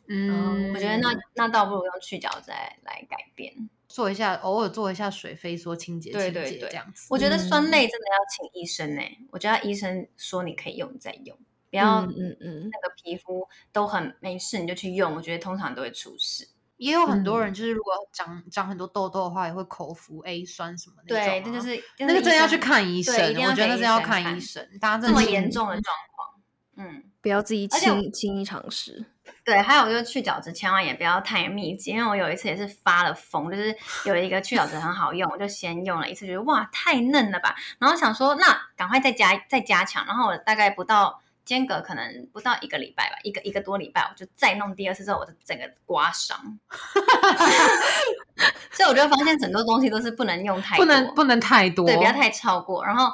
嗯，
哦我觉得那那倒不如用去角质来来改变。
做一下，偶尔做一下水飞梭清洁，
对
清
对
洁
对
这样子。
我觉得酸
嗯
类真的要请医生呢、我觉得医生说你可以用再用，不要
嗯
那
嗯嗯，
个皮肤都很没事你就去用，我觉得通常都会出事。
也有很
嗯
多人就是如果长、长很多痘痘的话，也会口服 A 酸什么那种、啊。
对，这就是
那个真的要去
看。
看医生，
对一定要
我觉得那
给
真
医
的要
生
看
看
医生。大家
这
真的
么
是
严重的状况。嗯，
不要自己
而且我
轻轻易尝试，
对，还有就是去角质千万也不要太密集，因为我有一次也是发了疯，就是有一个去角质很好用，我就先用了一次，觉得哇太嫩了吧，然后想说那赶快再加再加强，然后我大概不到间隔可能不到一个礼拜吧，一个一个多礼拜，我就再弄第二次之后，我的整个刮伤， (laughs) 所以我就发现很多东西都是不能用太
不
多，
能不能太多，
对，不要太超过。然后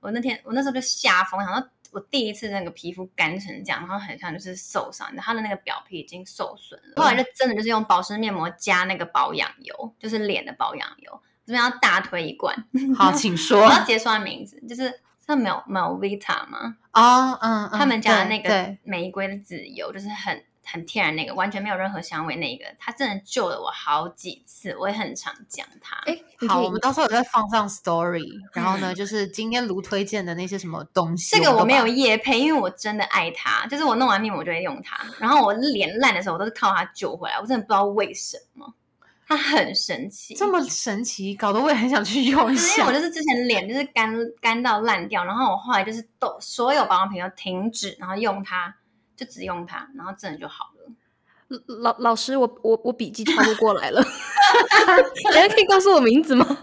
我那天我那时候就吓疯，想说我第一次那个皮肤干成这样，然后很像就是受伤，它的那个表皮已经受损了。后来就真的就是用保湿面膜加那个保养油，就是脸的保养油。这边要大推一罐，
好，请
我
(laughs) 说
要直接说它名字，就是它没有没有 Vita 吗？
哦，嗯，嗯
他们家的
对
那个
对
玫瑰的籽油，就是很很天然那个，完全没有任何香味那个，它真的救了我好几次，我也很常讲它。
哎、你
好，
可以
我们到时候也会放上 story。然后呢，就是今天卢推荐的那些什么东西，
这个
嗯我
我
们
没
都
有
把
夜配，因为我真的爱它，就是我弄完面膜我就会用它，然后我脸烂的时候我都是靠它救回来，我真的不知道为什么。它很神奇。
这么神奇，搞得我也很想去用一
可是因
下
为我。就是之前脸就是干干到烂掉，然后我后来就是都所有保养品都停止，然后用它，就只用它，然后真的就好了。
老老师，我我我笔记抄不过来了， (laughs) 大家可以告诉我名字吗？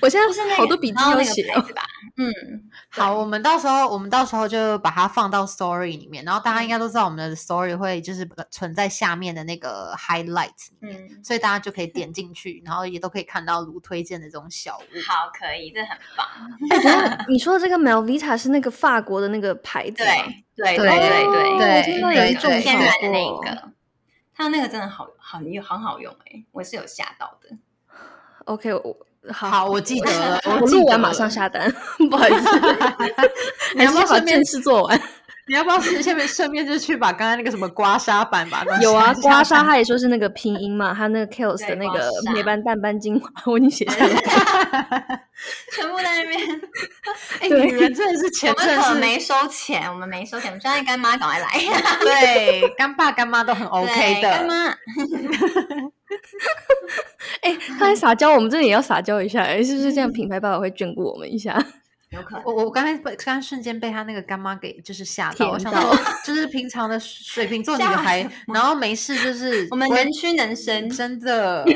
我现
就是
在
那个
好多笔记
然后
要
那个
写
牌
(laughs) 哦。
子吧，嗯，
好，我们到时候我们到时候就把它放到 story 里面，然后大家应该都知道我们的 story 会就是呃存在下面的那个 highlight 里面，
嗯
所以大家就可以点进去，然后也都可以看到卢推荐的这种小物。
好，可以，这很棒。
哎，等一下，你说的这个 Melvita 是那个法国的那个牌子
对
吗？
对
对
对
哦
对
我听到有
对
人
对
中
天然的那
过
一个，它那个真的好好用，很好用哎、我是有吓到的。 (laughs)
OK，我好
好，我记得了，
我
记
录
得
完马上
了。
下单， (laughs) 不好意思，
你
还
要
是
不
先把
要顺便
正事做完。
你要不要顺下面顺便就去把刚才那个什么刮痧板把它
有啊，
下
刮痧
下
他也说是那个拼音嘛，他那个 Kiehl's 的
对
那
刮
个
痧
美白淡斑精华， (laughs) 我已经写下来了。
全部在那边，
哎，
对
女人真的是
我
前
们
阵
可
是
没收钱，我们没收钱，我们叫那干妈赶快来
对干爸干妈都很 OK
对干
的。
妈，
哎，他还撒娇，我们这里也要撒娇一下，哎，是不是这样？品牌爸爸会眷顾我们一下。
有可能
我我刚才被刚刚瞬间被他那个干妈给就是吓到，
甜
我想
到
说
(laughs)
就是平常的水瓶座女
吓
孩
什，
然后没事就是
我们
不会嗯
能屈能伸，
真的。 (laughs)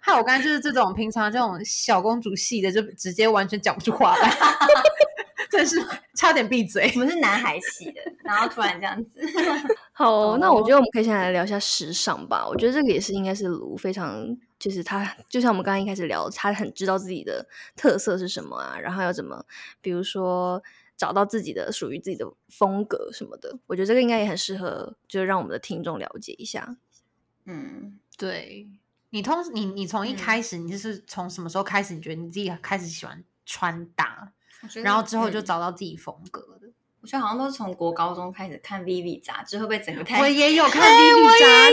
害我刚才就是这种平常这种小公主系的，就直接完全讲不出话来， (laughs) 真是差点闭嘴
我。们是男孩系的，然后突然这样子，
好哦、那我
哦
觉得我们可以先来聊一下时尚吧。我觉得这个也是应该是卢非常，就是他就像我们刚刚一开始聊，他很知道自己的特色是什么啊，然后要怎么，比如说找到自己的属于自己的风格什么的。我觉得这个应该也很适合，就是让我们的听众了解一下。
嗯，
对你通你你从一
嗯
开始，你就是从什么时候开始，你觉得你自己开始喜欢穿搭，
我觉得
然后之后就
嗯
找到自己风格的。
我觉得好像都是从国高中开始看 Vivi 杂志，会不会整个太哎
我也有看 B B 杂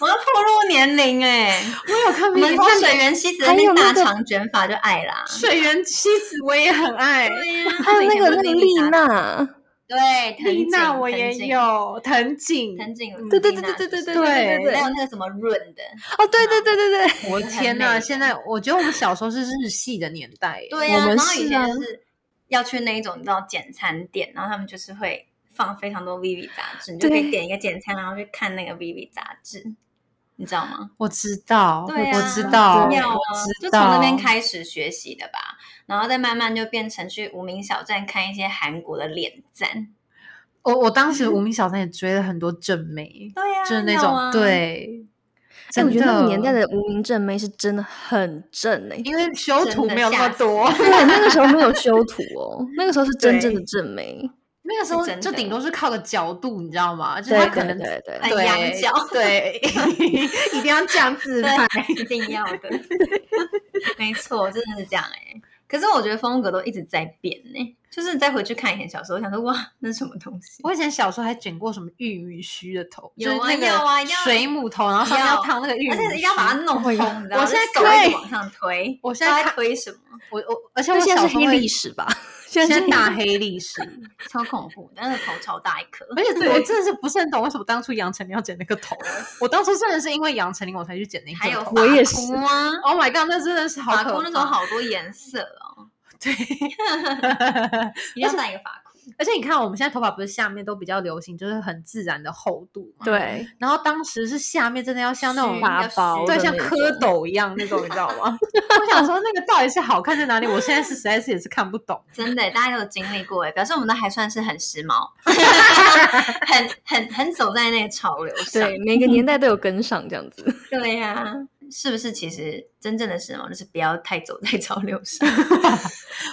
我要透露年龄哎、
志，我有看
我
B B
们
杂
从水
志。
原希子
还
的
有那
大
个
长卷发就爱啦，
水原希子我也很爱，
对呀、
还有那个那个丽
娜，
娜，
对，藤
丽娜
井
我也，
藤
有，藤井
井，藤井
嗯，
对对
丽
对
娜
对对
是
对
不是
对
对
对
还有那个什么润的，
哦，对对对对对，
我
很
天
美
呐！
的
现在我觉得我们小时候是日系的年代耶，
对
我
呀、
们
然后以
是啊
前就是要去那一种你知道简餐店，然后他们就是会放非常多 Vivi 杂志，你就可以
对
点一个简餐，然后去看那个 Vivi 杂志，你知道吗？
我知道，
对
哦我
啊
知道，
要啊
我
就
知道，
从那边开始学习的吧，然后再慢慢就变成去无名小站看一些韩国的脸赞。
我我
(laughs)
当时无名小站也追了很多正妹，
对呀、
就是那
要
种、
啊，
对，
哎，
真
我觉得那个年代
的，
的无名正妹是真的很正 (laughs) 哎、
因为修
真
图
的
没有那
吓
么
死
(laughs) 多，
对，那个时候没有修图哦，那个时候是真正的
对
正妹。
那个时候
是真
就
的
顶多是靠个角度，你知道吗？就是
对
他
对
可能
对对
很仰
对
角
对，一定要这样自拍。
对， (laughs) 一定要的，没错，真的是这样哎、可是我觉得风格都一直在变呢、就是你再回去看以前小时候，我想说哇，那是什么东西？
我以前小时候还卷过什么玉米须的头，
有
就
啊
是那个
要啊要
水母头，然后上面
要
要烫那个玉
而
米须，
且一定要把它弄
哎
通，你
呦
知道吗？
我现在
就手一
对
直往上推，
我现在
不知道
看
推什么，
我我，而且我
那现在
小
是
时候
黑
会
历史 (laughs) 吧？现在是
先打黑历史，
超恐怖，但是头超大一颗。
而且我真的是不是很懂为什么当初杨丞琳要剪那个头。我当初真的是因为杨丞琳我才去剪那个头。
还有
我也
发箍
是
啊，
Oh my god，那真的是好
发
可
箍
怕。
那种好多颜色哦，
(laughs) 对，
(laughs) 一定要戴一个发箍。
而且你看我们现在头发不是下面都比较流行，就是很自然的厚度嘛。。
对，
然后当时是下面真的要 (laughs) 像那种
虚
拔
要
薄的
虚
对，
那
像蝌蚪一样那种，你知道吗？ (laughs) 我想说那个到底是好看在哪里？我现在是实在是也是看不懂。
真的，大家都有经历过哎，表示我们都还算是很时
(laughs)
髦，很很很走在那个潮流上。
对，每个年代都有跟上这样子。
对呀、是不是？其实真正的时髦就是不要太走在潮流
(laughs)
上。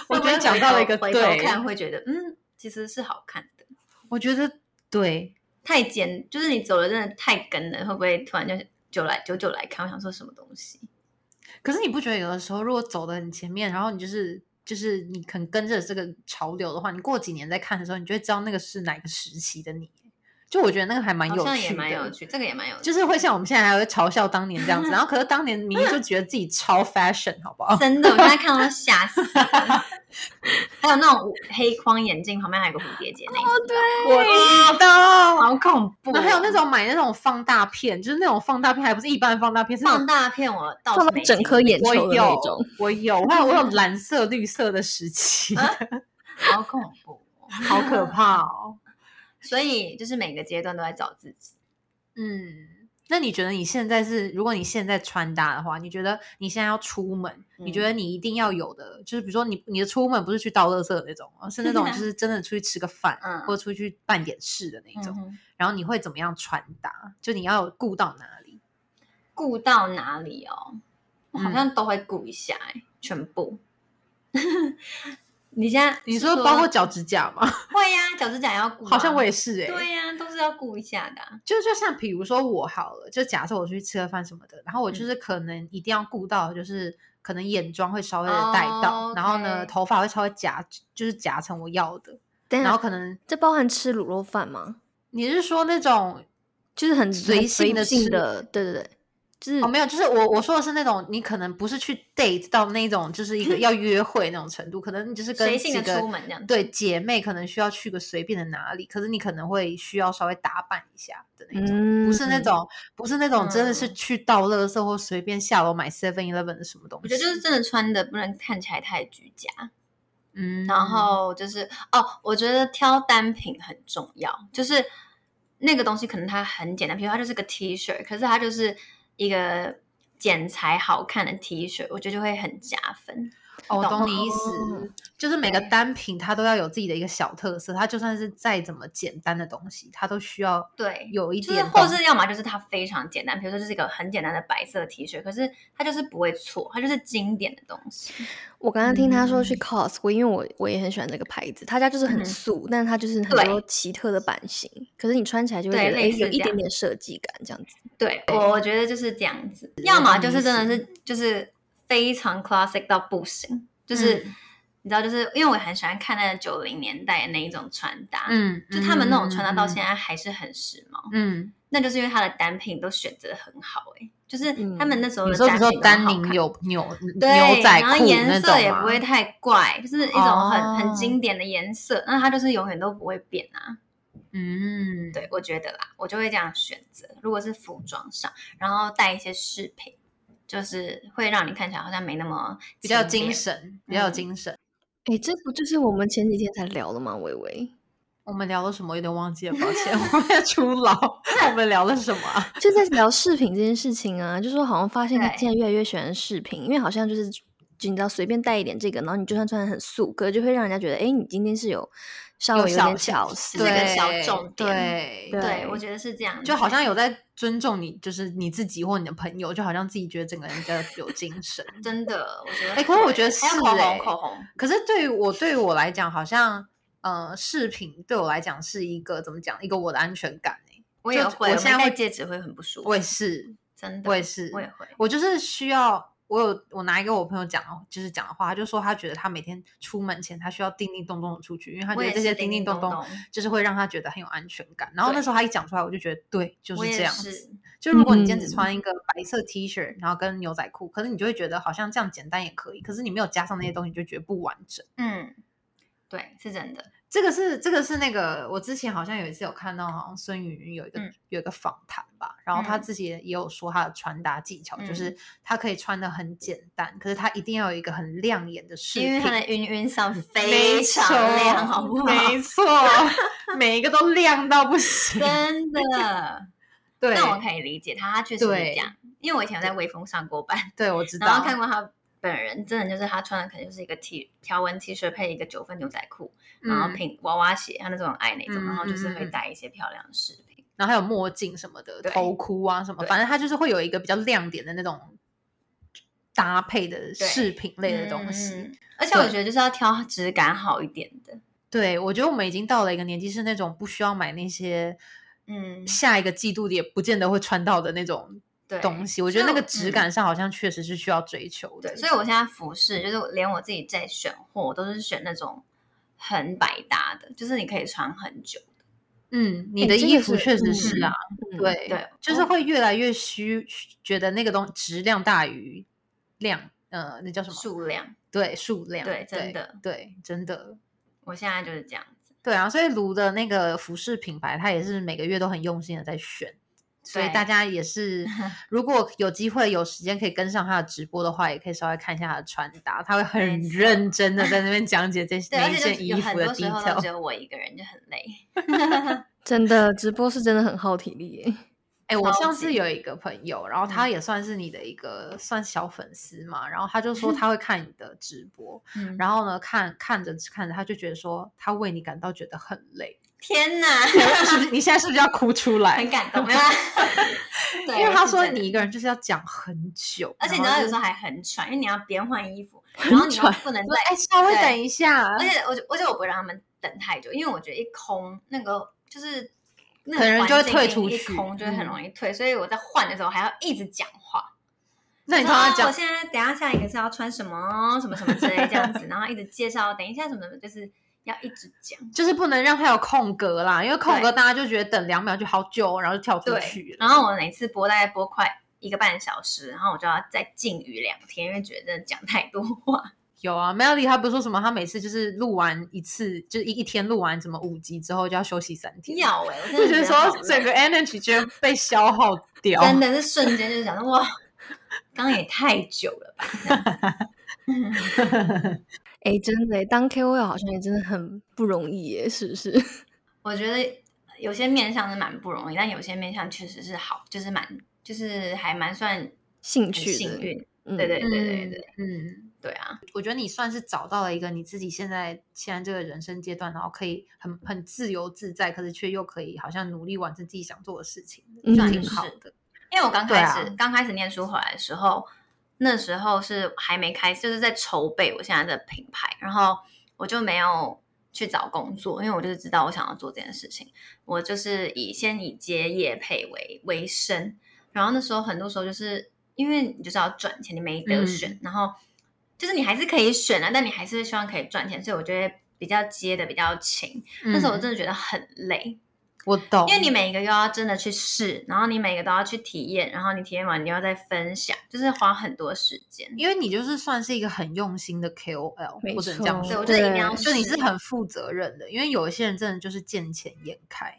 我
会不会
觉得讲
回
到了
头
一个
回
对
头看会觉得，嗯，其实是好看的。
我觉得对，
太尖，就是你走的真的太跟了，会不会突然就就来久久来看？我想说什么东西？
可是你不觉得有的时候，如果走得很前面，然后你就是就是你肯跟着这个潮流的话，你过几年再看的时候，你就会知道那个是哪个时期的你。就我觉得那个还蛮有
好
趣的，
像也蛮有趣，这个也蛮有趣，
就是会像我们现在还会嘲笑当年这样子，然后可是当年明明就觉得自己超 fashion，好不
(laughs)
好？
真的，我刚才看到都吓死了。 (laughs)
哦
还有那种黑框眼镜旁边还有个蝴蝶结那一种，
对啊
我知道，
好恐怖、
那还有那种买那种放大片，就是那种放大片，还不是一般的放大片，是那
放
种
大片，我倒是
放到
没
整
经
颗
历
眼
我
球的那
有
种，
我有，还有我有蓝色、绿色的
(laughs)
时期，
好恐怖哦。
好可怕
(laughs)
哦。
所以就是每个阶段都在找自己。
嗯，那你觉得你现在是，如果你现在穿搭的话，你觉得你现在要出门，你觉
嗯
得你一定要有的，就是比如说你你的出门不是去倒垃圾的那种，而是
(laughs)
那种就是真的出去吃个饭，
嗯
或者出去办点事的那
嗯
种。
哼，
然后你会怎么样穿搭？就你要有顾到哪里？
顾到哪里哦？我好
嗯
像都会顾一下、欸，全部。 (laughs) 你现在
你
是
说包括脚趾甲吗？ (laughs)
会呀、脚趾甲要顾啊、
好像我也是哎、
对呀、都是要顾一下的啊、
就就像比如说我好了，就假设我出去吃个饭什么的，然后我
嗯
就是可能一定要顾到，就是可能眼妆会稍微的带到，
哦
然后呢
OK
头发会稍微夹，就是夹成我要的，
嗯
等一
然后
下，
可能
这包含吃卤肉饭吗？
你是说那种
就是很
随
很
性地吃
的，对对对，就是、
嗯
哦没有，就是我我说的是那种你可能不是去 date 到那种就是一个要约会那种程度，可能你就是跟
嗯随性的
几个
出门这样子
对姐妹可能需要去个随便的哪里，可是你可能会需要稍微打扮一下的那种。
嗯，
不是那种，不是那种，真的是
嗯
去倒垃圾或随便下楼买 Seven Eleven 的什么东西。
我觉得就是真的穿的不能看起来太居家，
嗯，
然后就是哦，我觉得挑单品很重要，就是那个东西可能它很简单，比如它就是个 T 恤，可是它就是一个剪裁好看的 T 恤，我觉得就会很加分。
哦，我
懂嗯
懂你意
哦
思，就是每个
对
单品它都要有自己的一个小特色，它就算是再怎么简单的东西，它都需要
对，
有一
就是
点
或
东，
是要么就是它非常简单，比如说就是一个很简单的白色 T 恤，可是它就是不会错，它就是经典的东西。
我刚刚听他说去
嗯
Costco，因为我我也很喜欢这个牌子，他家就是
嗯
很素，但是它就是很多奇特的版型，可是你穿起来就会
对
觉得哎
类似
有一
这样
点点设计感这样子。
对我，我觉得就是这样子，要么就是真的是就是非常 classic 到不行，就是、
嗯
你知道，就是因为我很喜欢看那九零年代的那一种穿搭，，
嗯，
就他们那种穿搭到现
在，
在还是很时髦，
嗯，
那就是因为它的单品都选择很好、欸，就是他们那时候
嗯你
的
说比
单品都
如说丹
好
宁
看
有牛
(laughs) 对，
牛仔
然后
裤那
颜色也
种
不
吗
会？太怪，就是一种很、
哦
很经典的颜色，那它就是永远都不会变啊。
嗯，
对，我觉得啦，我就会这样选择。如果是服装上，然后带一些饰品，就是会让你看起来好像没那么
比较有
轻
精
便。
神，比较有
嗯
精神。
哎，这不就是我们前几天才聊的吗？微微，
我们聊了什么？有点忘记了，抱歉， (laughs) 我们要初老。我们聊了什么
(laughs)
啊？
就在聊饰品这件事情啊，就说好像发现他
对
现在越来越喜欢饰品，因为好像就是就你知道随便带一点这个，然后你就算穿的很素，可是就会让人家觉得哎你今天是有稍
有
微有
小
点
心
巧
是
思
这
的，
个哦小重
对
点
对
对，我觉得是这样，
就好像有在尊重你，就是你自己或你的朋友，就好像自己觉得整个人比较有精神。
真的，我觉得
哎可是我
会
觉得
还有
是
口红，
哎
口红，
可是对于我对于我来讲，好像呃，饰品对我来讲是一个怎么讲，一个我的安全感、欸、
我
就
也会，
我
我
现在
戴
会
戒指会很不舒服，
我也，是，
真的，
我也是
我也会，
我就是需要。我有我拿一个我朋友讲的，就是讲的话，他就说他觉得他每天出门前他需要叮叮咚咚的出去，因为他
我
觉得
也
这
是
些
叮
叮
咚
咚咚就是会让他觉得很有安全感。然后那
对
时候他一讲出来，我就觉得对，就
我
是这
也
样
是
子。，就如果你今天只
嗯
穿一个白色 T 恤，然后跟牛仔裤，可是你就会觉得好像这样简单也可以，可是你没有加上那些东西，你就觉得不完整。
嗯，对，是真的，
这个是这个是那个，我之前好像有一次有看到，好像孙芸芸有一个、
嗯
有一个访谈吧，然后她
嗯
自己也有说她的穿搭技巧，就
嗯
是她可以穿的很简单，可是她一定要有一个很亮眼的饰品，
因为它的晕晕上
嗯没
非
错
常亮，好不好？(laughs)
没错，每一个都亮到不行。
真的。
对，
那我可以理解他，他确实是
对
这样，因为我以前有在微风上过班，
对我知道，
(laughs) 然后看过他本人，真的就是他穿的可能就是一个 T 条纹 T 恤配一个九分牛仔裤，然后
嗯
平娃娃鞋，他那种很爱那种，
嗯
然后就是
嗯
会
嗯
带一些漂亮的饰品。
然后还有墨镜什么的，
对
头箍啊什么，
对
反正它就是会有一个比较亮点的那种搭配的饰品类的东西。
嗯，嗯嗯而且我
对
觉得就是要挑质感好一点的，
对我觉得我们已经到了一个年纪，是那种不需要买那些
嗯，
下一个季度也不见得会穿到的那种
对，
东西。我
所
觉
以
得那个质
嗯
感上好像确实是需要追求的。
对，所以我现在服饰就是我连我自己在选货，我都是选那种很百搭的，就是你可以穿很久。
嗯，你
哎
的
这
衣
个
服
是
确实
嗯
是啊，
嗯
对
对
就是
我
会越来越虚，觉得那个东质量大于量，呃，那叫什么？
数量，
对数量，
对真的
对，真的。
我现在就是这样子。
对啊，所以卢的那个服饰品牌，它也是每个月都很用心的在选，所以
对
大家
(laughs)
也是如果有机会有时间可以跟上他的直播的话，也可以稍微看一下他的穿搭，他会很
没错
认真的在
(laughs)
那边讲解这
对，
些
而
每一
且就
件
有
衣
很
服的
多时候都只
detail。
有我一个人，就很累。
真的直播是真的很耗体力耶。
哎、我
超
上
级嗯
次有一个朋友，然后他也算是你的一个算小粉丝嘛，然后他
(laughs)
就说他会看你的直播，
(laughs) 嗯，
然后呢看看着看着，他就觉得说他为你感到觉得很
(laughs)
累，
天哪，
是不是？你现在是不是要哭出来？
很感动，没有 (laughs) 啦对
因为他
是
说
真的
你一个人就是要讲很久，
而且你
然
知
后
道
就
有时候还很喘，因为你要边换衣服，然后你又
喘
不能
说
再，
哎，稍微
(laughs) 对啊
等一下，啊
而且我觉我觉得我不会让他们等太久，因为我觉得一空那个就是那个
可能就
环
会
境
退
一
出
一
去
空就会很
嗯
容易退，所以我在换的时候还要一直讲话。
那你
说
跟他
哦我
讲，
现在等一下下一个是要穿什么什么什么之类这样子，然后一直介绍，等一下什么什么，就是要一直讲。
就是不能让他有空格啦，因为空格
对
大家就觉得等两秒就好久，然后就跳出去
对，
了。
然后我每次播大概播快一个半小时，然后我就要再禁语两天，因为觉得真的讲太多话。
有啊，Melody 她不是说什么，她每次就是录完一次，就是一一天录完怎么五集之后就要休息三天，
要哎、我真
就
的
觉得
好累 (laughs)
说整个 energy 居然被消耗掉。
真的是瞬间就想说哇，刚刚也太久了吧。
哎、真的耶，当 KOL 好像也真的很不容易耶，是不是？
我觉得有些面相是蛮不容易，但有些面相确实是好，就是蛮就是还蛮算
兴
很
趣的，
幸运。
嗯
对对对对
嗯
对
嗯，
对啊！
我觉得你算是找到了一个你自己现在现在这个人生阶段，然后可以很很自由自在，可是却又可以好像努力完成自己想做的事情，
嗯
就挺好的。
因为我刚
对
开
啊
始、刚开始念书回来的时候，那时候是还没开始，就是在筹备我现在的品牌，然后我就没有去找工作，因为我就是知道我想要做这件事情，我就是以先以接业配为为生，然后那时候很多时候就是因为你就是要赚钱，你没得选，
嗯
然后就是你还是可以选啊，但你还是希望可以赚钱，所以我觉得比较接的比较勤。那时候我
嗯
真的觉得很累，
我懂，
因为你每一个又要真的去试，然后你每个都要去体验，然后你体验完你又要再分享，就是花很多时间。
因为你就是算是一个很用心的 KOL，
没
我只能这样
错
对，我
说，
觉得一定要
对
就你是
试
很负责任的，因为有一些人真的就是见钱眼开，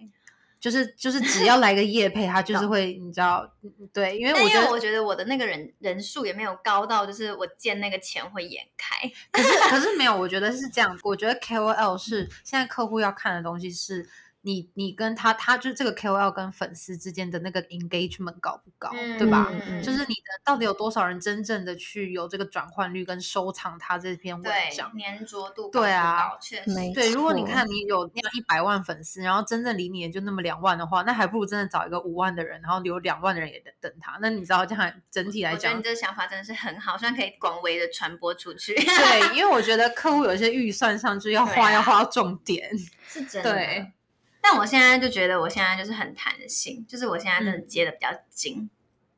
就是就是只要来个夜配，他就是会你知道，嗯对，因为
但
我
因
觉
为
得
我觉得我的那个人人数也没有高到，就是我见那个钱会眼开。
可是可是没有，我觉得是这样，我觉得 KOL 是现在客户要看的东西是。你你跟他，他就是这个 KOL 跟粉丝之间的那个 engagement 高不高，对吧？
嗯嗯
就是你的到底有多少人真正的去有这个转换率跟收藏他这篇文
嗯对
章？
粘着度高
对
不
啊
高，确实
没
对，如果你
错
看你有那样一百万粉丝，然后真正理你也就那么两万的话，那还不如真的找一个五万的人，然后留两万的人也等等他。那你知道，这样整体来
我觉得
讲
你，这个想法真的是很好，虽然可以广为的传播出去，
对，因为我觉得客户有一些预算上就要
对
花，要
啊
花到重点。
(laughs) 是真的。
对
但我现在就觉得，我现在就是很弹性，就是我现在真的
嗯
接的比较紧，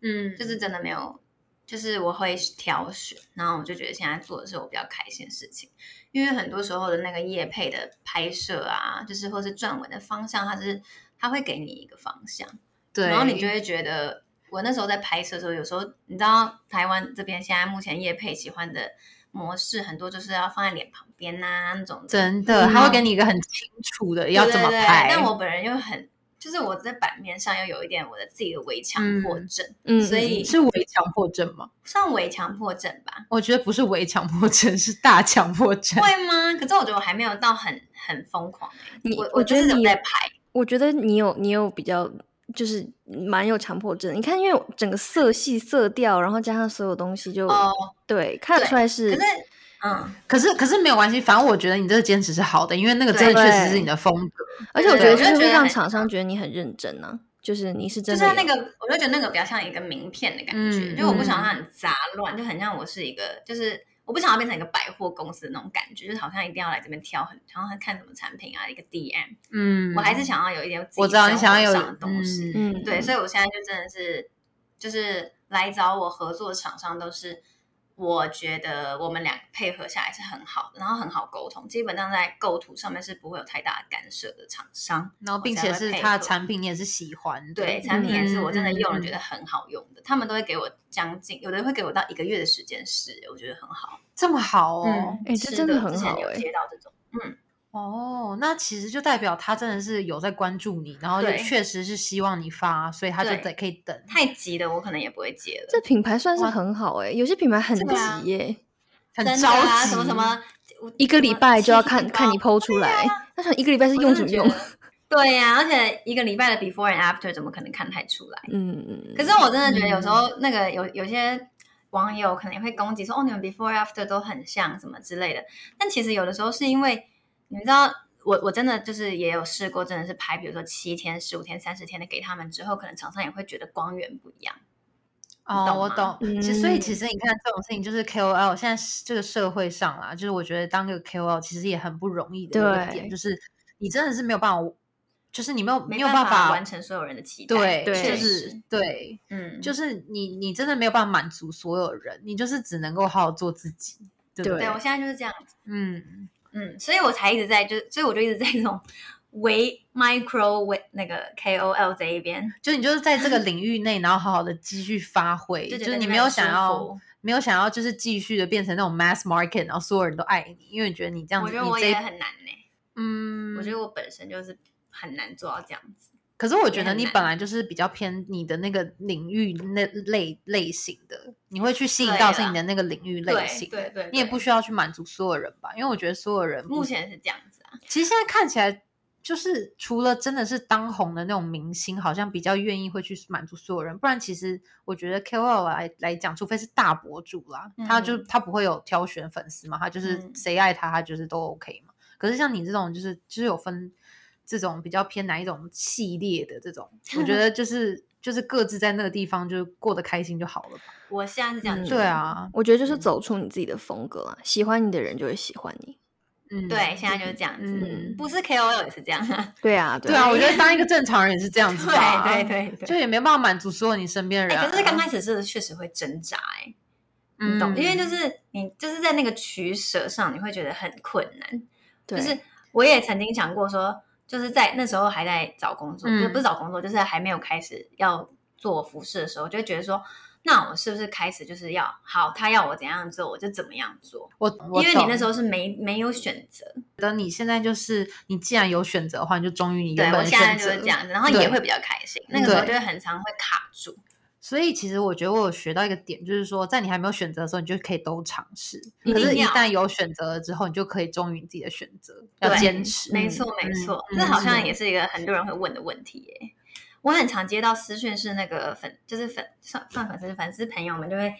嗯，
就是真的没有，就是我会挑选，然后我就觉得现在做的是我比较开心的事情，因为很多时候的那个业配的拍摄啊，就是或是撰文的方向，它是它会给你一个方向。
对，
然后你就会觉得，我那时候在拍摄的时候，有时候你知道台湾这边现在目前叶配喜欢的模式，很多就是要放在脸旁边呐、那种的
真的，
嗯
他会给你一个很清楚的要
对
怎么
对对
拍。
但我本人又很，就是我在版面上又有一点我的自己的围强迫症，
嗯，
所以
是围强迫症吗？
算围强迫症吧？
我觉得不是围强迫症，是大强迫
(laughs)
症。
会吗？可是我觉得我还没有到很很疯狂、欸
你
我
我觉
就是
得
有
你
在拍，
我觉得你有你有比较就是蛮有强迫症。你看，因为整个色系、色调，然后加上所有东西就，
哦
对看得
对
出来
可
是
是嗯，
可是可是没有关系，反正我觉得你这个坚持是好的，因为那个真的
对
确实是你的风格。
而且我
对
觉得
我
就
就是觉
会
得
让
很
厂商觉得你很认真呢、就是你是
就
真
是
的有。
它那个，我就觉得那个比较像一个名片的感觉，
嗯
就我不想
嗯
让它很杂乱，就很像我是一个，就是我不想要变成一个百货公司的那种感觉，就是好像一定要来这边挑很，然后看什么产品啊，一个 DM，、
嗯，
我还是想要有一点自己
我知道你想要
生活
有
上的东西，
嗯
嗯，
对，所以我现在就真的是，就是来找我合作的厂商都是。我觉得我们两个配合下来是很好的，然后很好沟通，基本上在构图上面是不会有太大的干涉的厂商。
然后
我
并
才
且
会
是
配
它
合
的产品你也是喜欢的，嗯
对，产品也是我真的
嗯
用了，觉
得
得很好用的。他们都会给我将近，有的会给我到一个月的时间试，我觉得很好。
这么好哦。
哎这
是
真的
的
很
之前
好
有
哎
接到这种，
哦，那其实就代表他真的是有在关注你，然后也
对
确实是希望你发，所以他就
对
得可以等。
太急的我可能也不会接了。
这品牌算是
哇
很好哎、有些品牌很
对啊
急耶、
真
很
的
着
啊，
急，
什么什么，我
一个礼拜就要看看你
我
PO 出来，但是一个礼拜是
啊真
用
的
什么
觉
用？啊
得对呀、而且一个礼拜的 before and after 怎么可能看太出来？
嗯，
可是我真的觉得有时候那个有有些网友可能也会攻击说，哦，你们 before after 都很像什么之类的。但其实有的时候是因为你知道，我我真的就是也有试过，真的是拍，比如说七天、十五天、三十天的给他们之后，可能厂商也会觉得光源不一样。
哦，
懂
我
吗
懂。其实，所以
嗯
其实你看这种事情，就是 KOL 现在是这个社会上啊，就是我觉得当个 KOL 其实也很不容易的一个点，
对
就是你真的是没有办法，就是你没有
没
有
办
法
完成所有人的期待，
对，
对
就
确
是
实，
对，
嗯，
就是你你真的没有办法满足所有人，你就是只能够好好做自己，对不
对
对我现在就是这样子，
嗯，
嗯，所以我才一直在，就是所以我就一直在这种微 micro 微那个 KOL 这一边，
就你就是在这个领域内，然后好好的继续发挥，
(laughs) 就觉
就是
得
你
在
没
那
有
边
想
舒
要
服
没有想要就是继续的变成那种 mass market，然后所有人都爱你，因为你觉得你这样
我
子，
觉得
你
我
这
也很难呢、
嗯，
我觉得我本身就是很难做到这样子。
可是我
也
觉得
很
你
难
本来就是比较偏你的那个领域那类类型的，你会去吸引
对
到是
啦
你的那个领域类
对
型的
对对，
你也
对
不需要去满足所有人吧，因为我觉得所有人
目
不
前是这样子啊。
其实现在看起来，就是除了真的是当红的那种明星，好像比较愿意会去满足所有人，不然其实我觉得 KOL 来来讲，除非是大博主啦，他就
嗯
他不会有挑选粉丝嘛，他就是
嗯
谁爱他，他就是都 OK 嘛。可是像你这种，就是就是有分这种比较偏哪一种系列的这种，我觉得就是就是各自在那个地方就是过得开心就好了吧。
我现在是这样
嗯
觉
对
得，
啊，
我觉得就是走出你自己的风格啊，喜欢你的人就会喜欢你。
嗯，
对，现在就是这样子
嗯，
不是 KOL 也是这样啊。
对啊，
对啊，我觉
得
得当一个正常人也嗯是这样子吧。
对对对
就
对。
也没办法满足所有你身边的人啊、
哎，可是刚开始真的确实会挣扎哎，
嗯
你懂？因为就是你就是在那个取舍上，你会觉得很困难。就是我也曾经想过说，就是在那时候还在找工作，
嗯
就不是找工作，就是还没有开始要做服饰的时候，就会觉得说，那我是不是开始就是要好，他要我怎样做，我就怎么样做。
我，
因为你那时
候
候是没没有选择，
等你现在就是你既然有选择的话，你就忠于你
对
原
我
本的
现在
选
就是
择
这。样子，然后
对
也会比较开心。那个时候就
对
会很常会卡住，
所以其实我觉得我有学到一个点，就是说在你还没有选择的时候，你就可以都尝试；
一
可
定
是，一
要
旦有选择了之后，你就可以忠于你自己的选择，
对
要坚持。
没
嗯
错没
嗯
错，
嗯
这好像
是
也是一个很多人会问的问题耶、我很常接到私讯，是那个粉，就是粉算算粉丝粉丝朋友们就会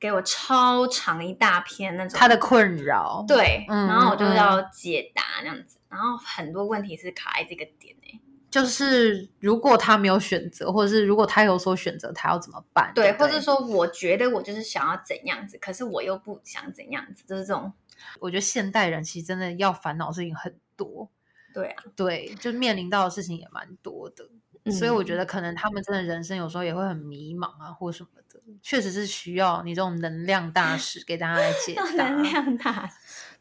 给我超长一大篇那种
他的困扰，，
对，
嗯
然后我就
嗯
要解答这样子，然后很多问题是卡在这个点哎、
就是如果他没有选择，或者是如果他有所选择，他要怎么办？对
对，
不
或
对
者说我觉得我就是想要怎样子，可是我又不想怎样子，就是这种
我觉得现代人其实真的要烦恼的事情很多，
对啊，
对，就面临到的事情也蛮多的。所以我觉得
嗯
可能他们真的人生有时候也会很迷茫啊，或什么的，确实是需要你这种能量大使给大家来
(laughs)
解答。
能量大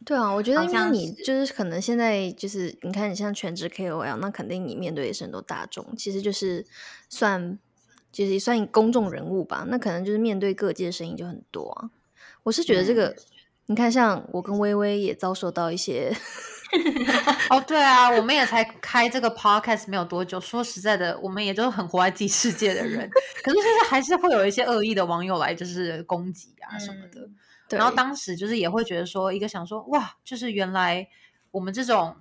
对啊，我觉得
好
因为
像
你
是
就是可能现在就是你看你像全职 KOL，那肯定你面对的是很多大众，其实就是算就是也算公众人物吧，那可能就是面对各界的声音就很多啊。我是觉得这个，你看像我跟微微也遭受到一些
哦，对啊，我们也才开这个 podcast 没有多久，说实在的，我们也就是很活在自己世界
(laughs)
的
(laughs)
人，可是就是还是会有一些恶意的网友来就是攻击啊什么的。
嗯
对，
然后当时就是也会觉得说，一个想说哇，就是原来我们这种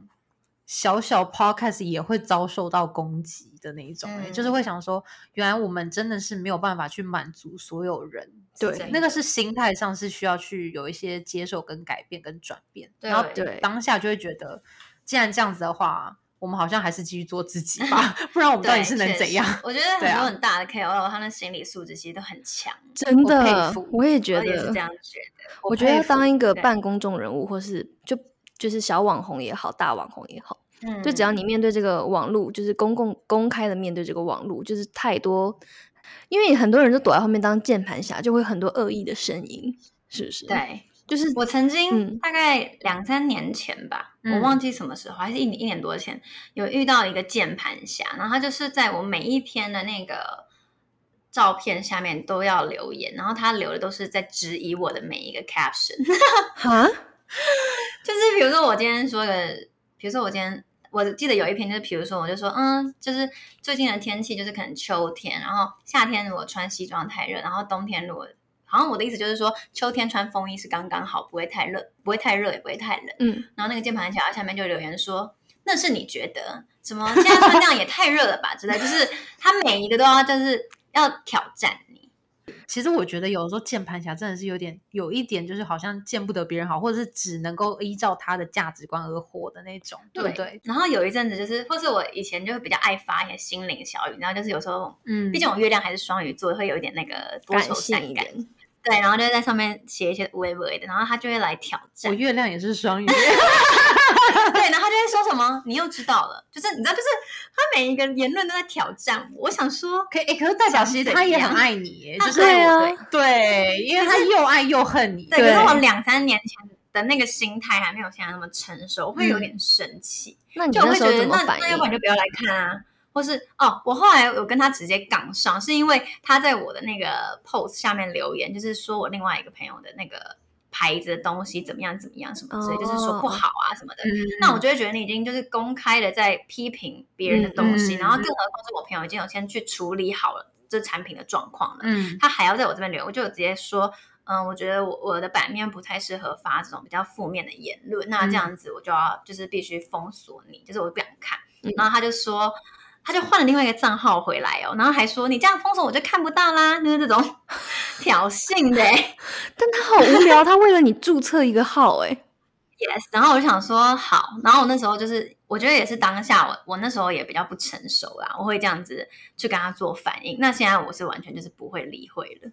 小小 podcast 也会遭受到攻击的那一种、欸就是
嗯
会想说，原来我们真的是没有办法去满足所有人。
对
真
那个
的
是心态上是需要去有一些接受跟改变跟转变，然后
对
对
当下就会觉得，既然这样子的话，我们好像还是继续做自己吧， (laughs) 不然我们到底
对
是能
确
怎
实
样？
我觉得很
对啊
多很大的 KOL，他们心理素质其实都很强，
真
我佩
的
服
我也觉
我也是
得
这样觉得。
我觉得
佩
要
服
当一个
对
半公众人物，或是就就是小网红也好，大网红也好，
嗯
就只要你面对这个网络，就是公共公开的面对这个网络，就是太多，因为很多人都躲在后面当键盘侠，就会很多恶意的声音，是不是？，
对
就是
我曾经
嗯
大概两三年前吧，
嗯
我忘记什么时候，还是一年一年多前，有遇到一个键盘侠，然后他就是在我每一篇的那个照片下面都要留言，然后他留的都是在质疑我的每一个 caption，
哈，
就是比如说我今天说个比如说我今天我记得有一篇就是，比如说我就说，嗯，就是最近的天气就是可能秋天，然后夏天如果穿西装太热，然后冬天如果好像我的意思就是说，秋天穿风衣是刚刚好，不会太热，不会太热，也不会太冷。
嗯，
然后那个键盘侠下面就留言说：“那是你觉得，什么现在穿这样也太热了吧？”之类，就是他每一个都要就是要挑战你。
其实我觉得有时候键盘侠真的是有点有一点，就是好像见不得别人好，或者是只能够依照他的价值观而活的那种，对不对？
然后有一阵子就是，或是我以前就比较爱发一些心灵小语，然后就是有时候，
嗯
毕竟我月亮还是双鱼座，会有一点那个多
感
愁
性
善
一
感。
点，
对，然后就会在上面写一些微微的，然后他就会来挑
我
战，
月亮也是
(laughs)
双鱼，
对，然后他就会说什么你又知道了，就是你知道，就是他每一个言论都在挑战我。我想说，
可以，诶可是代表其实他也很爱你
(laughs)
耶，就是
对啊
我对
对，因为他又爱又恨你，
对，可
对
是我两三年前的那个心态还没有现在那么成熟，我会有点生气，
那你
就我
那
会
时
觉
候
得
怎么
那
反
那要
应
不？然就不要来看啊，或是哦，我后来有跟他直接杠上，是因为他在我的那个 post 下面留言，就是说我另外一个朋友的那个牌子的东西怎么样怎么样什么之类，就是说不
哦
好啊什么的。
嗯
那我就会觉得你已经就是公开的在批评别人的东西，
嗯嗯
然后更何况是我朋友已经有先去处理好了这产品的状况了，
嗯
他还要在我这边留言，我就有直接说，嗯，我觉得我我的版面不太适合发这种比较负面的言论，那这样子我就要就是必须封锁你，就是我不想看。
嗯
然后他就说，他就换了另外一个账号回来哦，然后还说你这样封锁我就看不到啦，就是这种 (laughs) 挑衅的欸、
但他好无聊，他为了你注册一个号、欸，
Yes，然后我就想说好，然后我那时候就是，我觉得也是当下我我那时候也比较不成熟啦，我会这样子去跟他做反应。那现在我是完全就是不会理会了，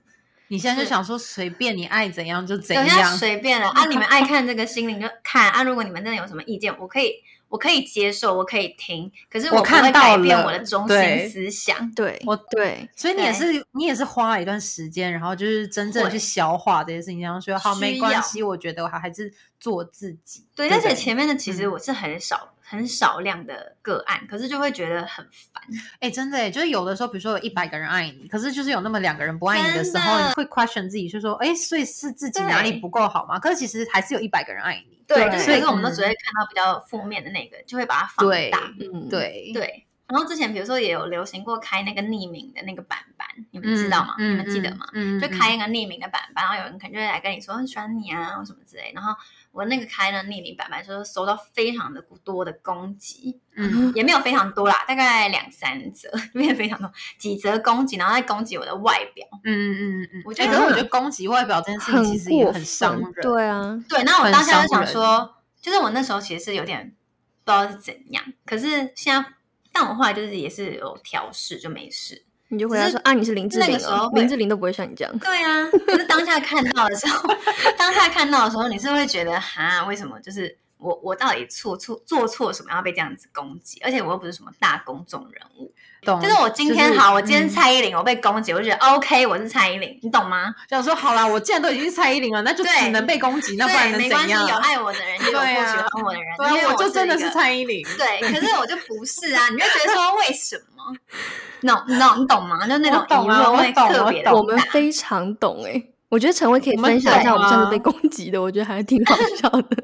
你现在
是
就想说随便你爱怎样就怎
我现在
样，
随便
(laughs)
了啊，你们爱看这个心灵就看啊，如果你们真的有什么意见，我可以我可以接受，我可以听，可是
我
不
看
会
到
改变
了
我的中
对
心思想
哎，。对，
我
对，
所以你也
对
是，你也是花了一段时间，然后就是真正地去
会
消化这些事情，然后说好
需
没关
要
系，我觉得我还还是做自己。
对，
对
而
不
且
对
前面的其实
嗯
我是很少、很少量的个案，可是就会觉得很烦。
哎、真的耶，就是有的时候，比如说有一百个人爱你，可是就是有那么两个人不爱你的时候，
真的
你会 question 自己，就说，哎、所以是自己哪里
对
不够好吗？可是其实还是有一百个人爱你，
对，就是
所
可
以
是我们都只会
嗯
看到比较负面的那个，就会把它放
对
大。
嗯，
对
对，然后之前比如说也有流行过开那个匿名的那个版版，你们知道吗？你们记得吗？？
嗯
就开一个匿名的版版，然后有人可能就会来跟你说很喜欢你啊，或什么之类。然后我那个开了匿名版版，就是收到非常的多的攻击，
嗯
也没有非常多啦，大概两三则， (laughs) 没有非常多，几则攻击，然后再攻击我的外表。
嗯嗯嗯嗯。
我
哎
觉
可
得
是我
很
觉得攻击外表这件事情
很
其实也
过
很伤
分
人。
对啊，
对，那我
很
当下就
伤
想
人
说，就是我那时候其实是有点不知道是怎样，可是现在，但我后来就是也是有调试，就没事。
你就回
只
答
是
说啊，你是林志
那个
玲
时
哦
候，会
林志玲都不会像你这样。
对啊，可是当下看到的时候， (laughs) 当下看到的时候，你是会觉得哈，为什么就是我我到底错错做错什么要被这样子攻击？而且我又不是什么大公众人物，
懂。
就是我今天
哦就是
好，我今天
嗯
蔡依林，我被攻击，我就觉得 OK，我是蔡依林，你懂吗？
想说好啦，我既然都已经是蔡依林了，那就只
对
能被攻击，那不然
对，
能
没关
怎
系，
样
有？爱我
(laughs)
的人，就有不
对啊
喜欢我的人，
对
因为
啊，
我
就真的
一
是
个
蔡依林。
(laughs) 对，可是我就不是啊，你就觉得说为什么？no no，你懂吗？就那种
我懂
疑
啊
问
我
会
懂
特
我
别的
懂
我们非常懂哎、我觉得陈威可以
我们
分享一下
懂
我们上次被
啊
攻击的，我觉得还挺好笑的。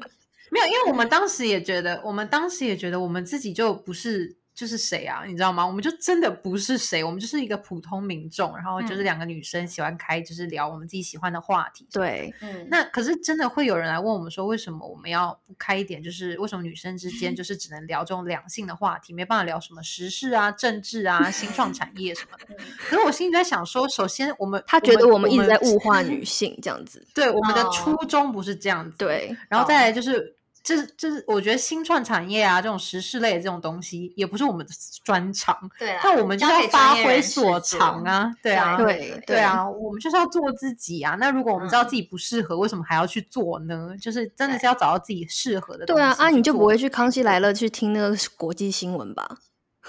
没有，因为我们当时也觉得，我们当时也觉得我们自己就不是就是谁啊，你知道吗？我们就真的不是谁，我们就是一个普通民众，然后就是
嗯
两个女生喜欢开，就是聊我们自己喜欢的话题。
对，
嗯，
那可是真的会有人来问我们说，为什么我们要不开一点？就是为什么女生之间就是只能聊这种两性的话题，没办法聊什么时事啊、政治啊、新创产业什么的？
(laughs)
可是我心里在想说，首先我们
他觉得
我
我们一直在
我
物化女性这样
(laughs)
子。
对我们的
哦
初衷不是这样子。
对，
然后
哦
再来就是，这是这是我觉得新创产业啊，这种时事类的这种东西，也不是我们的专长，
对
啊
啦，
但我们就是
交
要
给专
发
业
挥
人士
所
做
长，啊，对啊，
对
对啊，我们就是要做自己啊。那如果我们
嗯
知道自己不适合，为什么还要去做呢？就是真的是
对
要找到自己适合的东
对
西去
啊，
做。
啊，你就不会去《康熙来了》去听那个国际新闻吧？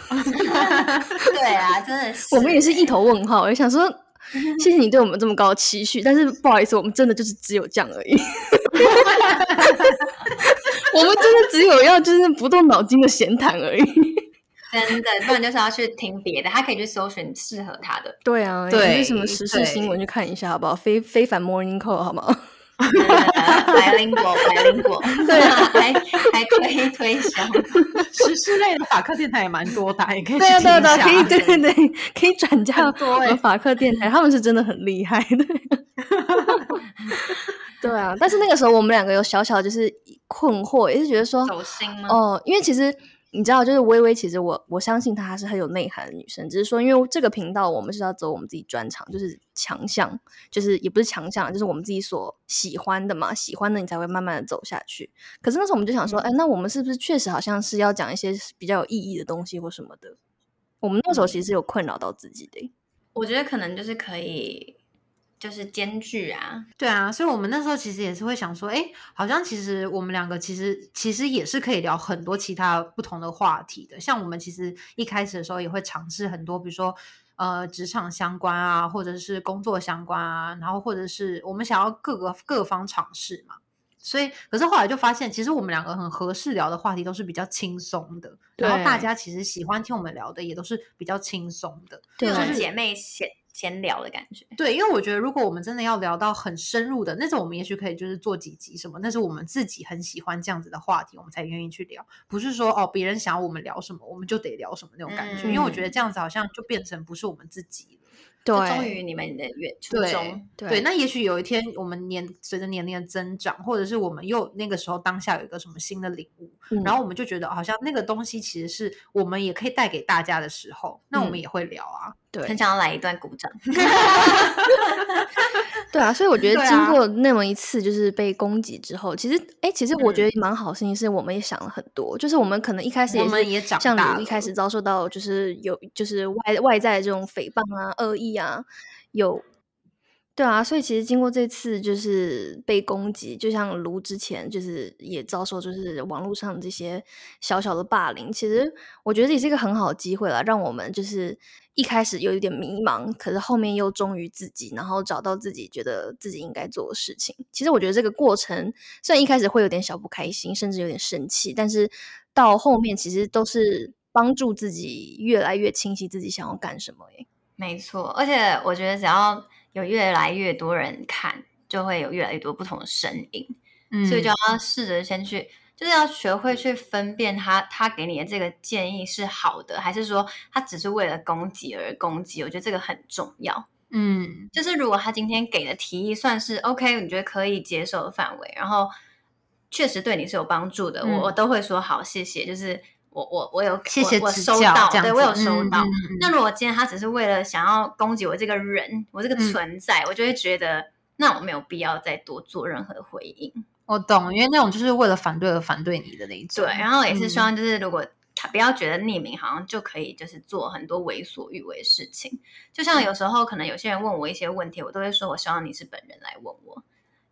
对啊，真的
(laughs)
是，
我们也是一。头问号，我就想说，谢谢你对我们这么高的期许，但是不好意思，我们真的就是只有这样而已。 (laughs) 我们真的只有要就是不动脑筋的闲谈而已。
真的，不然就是要去听别的，他可以去搜寻适合他的。
对啊，有
对
些什么时事新闻去看一下好不好？非非凡 Morning Call 好吗？
白灵果，白
(laughs)
灵果，
对啊
(laughs) 还还推推销，
时事类的法科电台也蛮多的啊，也可以去
对
听
啊，对
一下。
啊，对啊，可以，对对 (laughs) 对，可以转嫁
很多
我
欸
们法克电台，他们是真的很厉害，对。 (laughs) 对啊，但是那个时候我们两个有小小就是困惑，也是觉得说，
走心吗？
哦，因为其实你知道，就是微微，其实我我相信她还是很有内涵的女生，只是说，因为这个频道我们是要走我们自己专长，就是强项，就是也不是强项，就是我们自己所喜欢的嘛，喜欢的你才会慢慢的走下去。可是那时候我们就想说，哎、那我们是不是确实好像是要讲一些比较有意义的东西或什么的？我们那时候其实有困扰到自己的、欸
我觉得可能就是可以，就是兼具啊，
对啊，所以我们那时候其实也是会想说，哎，好像其实我们两个其实其实也是可以聊很多其他不同的话题的。像我们其实一开始的时候也会尝试很多，比如说呃职场相关啊，或者是工作相关啊，然后或者是我们想要各个各方尝试嘛。所以，可是后来就发现，其实我们两个很合适聊的话题都是比较轻松的，然后大
对
家其实喜欢听我们聊的也都是比较轻松的。
就有种
对
姐妹闲闲聊的感觉。
对，因为我觉得如果我们真的要聊到很深入的那种，我们也许可以就是做几集什么，那是我们自己很喜欢这样子的话题，我们才愿意去聊，不是说哦别人想要我们聊什么，我们就得聊什么那种感觉。因为我觉得这样子好像就变成不是我们自己了。
就
对，
忠于你们的原初
对
衷，
对，那也许有一天我们年随着年龄的增长，或者是我们又那个时候当下有一个什么新的领悟，
嗯
然后我们就觉得好像那个东西其实是我们也可以带给大家的时候，那我们
嗯
也会聊啊。
对
很想要来一段鼓掌。
(laughs) 对啊，所以我觉得
对
经
啊
过那么一次就是被攻击之后，其实哎、其实我觉
嗯
得蛮好的事情是，我们也想了很多，就是我们可能一开始
我
也
们
是
也长
像
大
你一
了
开始遭受到就是有就是外外在的这种诽谤啊、恶意啊，有。对啊，所以其实经过这次就是被攻击，就像卢之前就是也遭受就是网络上这些小小的霸凌，其实我觉得也是一个很好的机会啦，让我们就是一开始有一点迷茫，可是后面又忠于自己，然后找到自己觉得自己应该做的事情。其实我觉得这个过程虽然一开始会有点小不开心，甚至有点生气，但是到后面其实都是帮助自己越来越清晰自己想要干什么、欸。
没错，而且我觉得只要有越来越多人看，就会有越来越多不同的声音，
嗯
所以就要试着先去，就是要学会去分辨他他给你的这个建议是好的，还是说他只是为了攻击而攻击。我觉得这个很重要。
嗯，
就是如果他今天给的提议算是 OK，你觉得可以接受的范围，然后确实对你是有帮助的，
嗯
我我都会说好，谢谢。就是我我我有
谢谢
我我
指
收
教
到，
这样
对我有
子
收
嗯
到。
嗯嗯嗯
那如果今天他只是为了想要攻击我这个人，我这个
嗯
存在，我就会觉得那我没有必要再多做任何回应。
我懂，因为那种就是为了反对而反对你的那一种。
对，然后也是希
嗯
望就是如果。他不要觉得匿名好像就可以，就是做很多为所欲为的事情。就像有时候可能有些人问我一些问题，我都会说我希望你是本人来问我，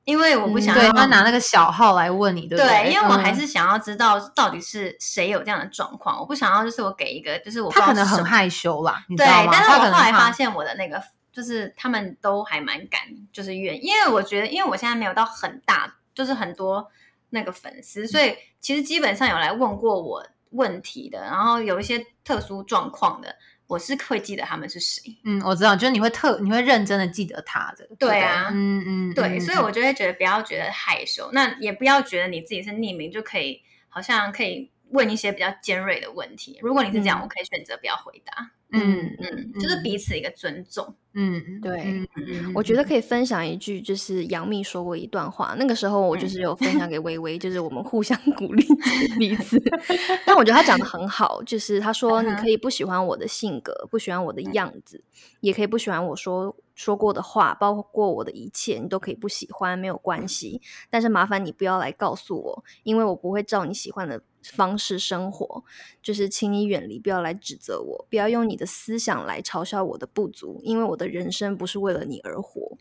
因为我不
嗯
想
对
要
他拿那个小号来问你，对不
对，因为我还
嗯
是想要知道到底是谁有这样的状况，我不想要就是我给一个就是我不知
他
道
可能
是什
很
么
害羞啦，你知
对，
道吗？
但是
他
我
可能
后来发
怕
现我的那个就是他们都还蛮敢，就是愿，因为我觉得因为我现在没有到很大，就是很多那个粉丝，所
嗯
以其实基本上有来问过我问题的，然后有一些特殊状况的，我是会记得他们是谁。
嗯，我知道，就是你会特你会认真的记得他的，不
对啊
嗯嗯，
对，
嗯
所以我就会觉得不要觉得害羞，那也不要觉得你自己是匿名就可以，好像可以问一些比较尖锐的问题。如果你是这样，
嗯
我可以选择不要回答。
嗯
嗯，就是
嗯
彼此一个尊重。
嗯嗯
对
嗯嗯
我觉得
嗯
可以分享一句，就是杨幂说过一段话，那个时候我就
嗯
是有分享给微微，就是我们互相 (laughs) 鼓励彼此。但我觉得她讲的很好，就是她说你
嗯哼
可以不喜欢我的性格，不喜欢我的样子，也可以不喜欢我说说过的话，包括我的一切，你都可以不喜欢，没有关系。但是麻烦你不要来告诉我，因为我不会照你喜欢的方式生活。就是请你远离，不要来指责我，不要用你的思想来嘲笑我的不足，因为我的人生不是为了你而活。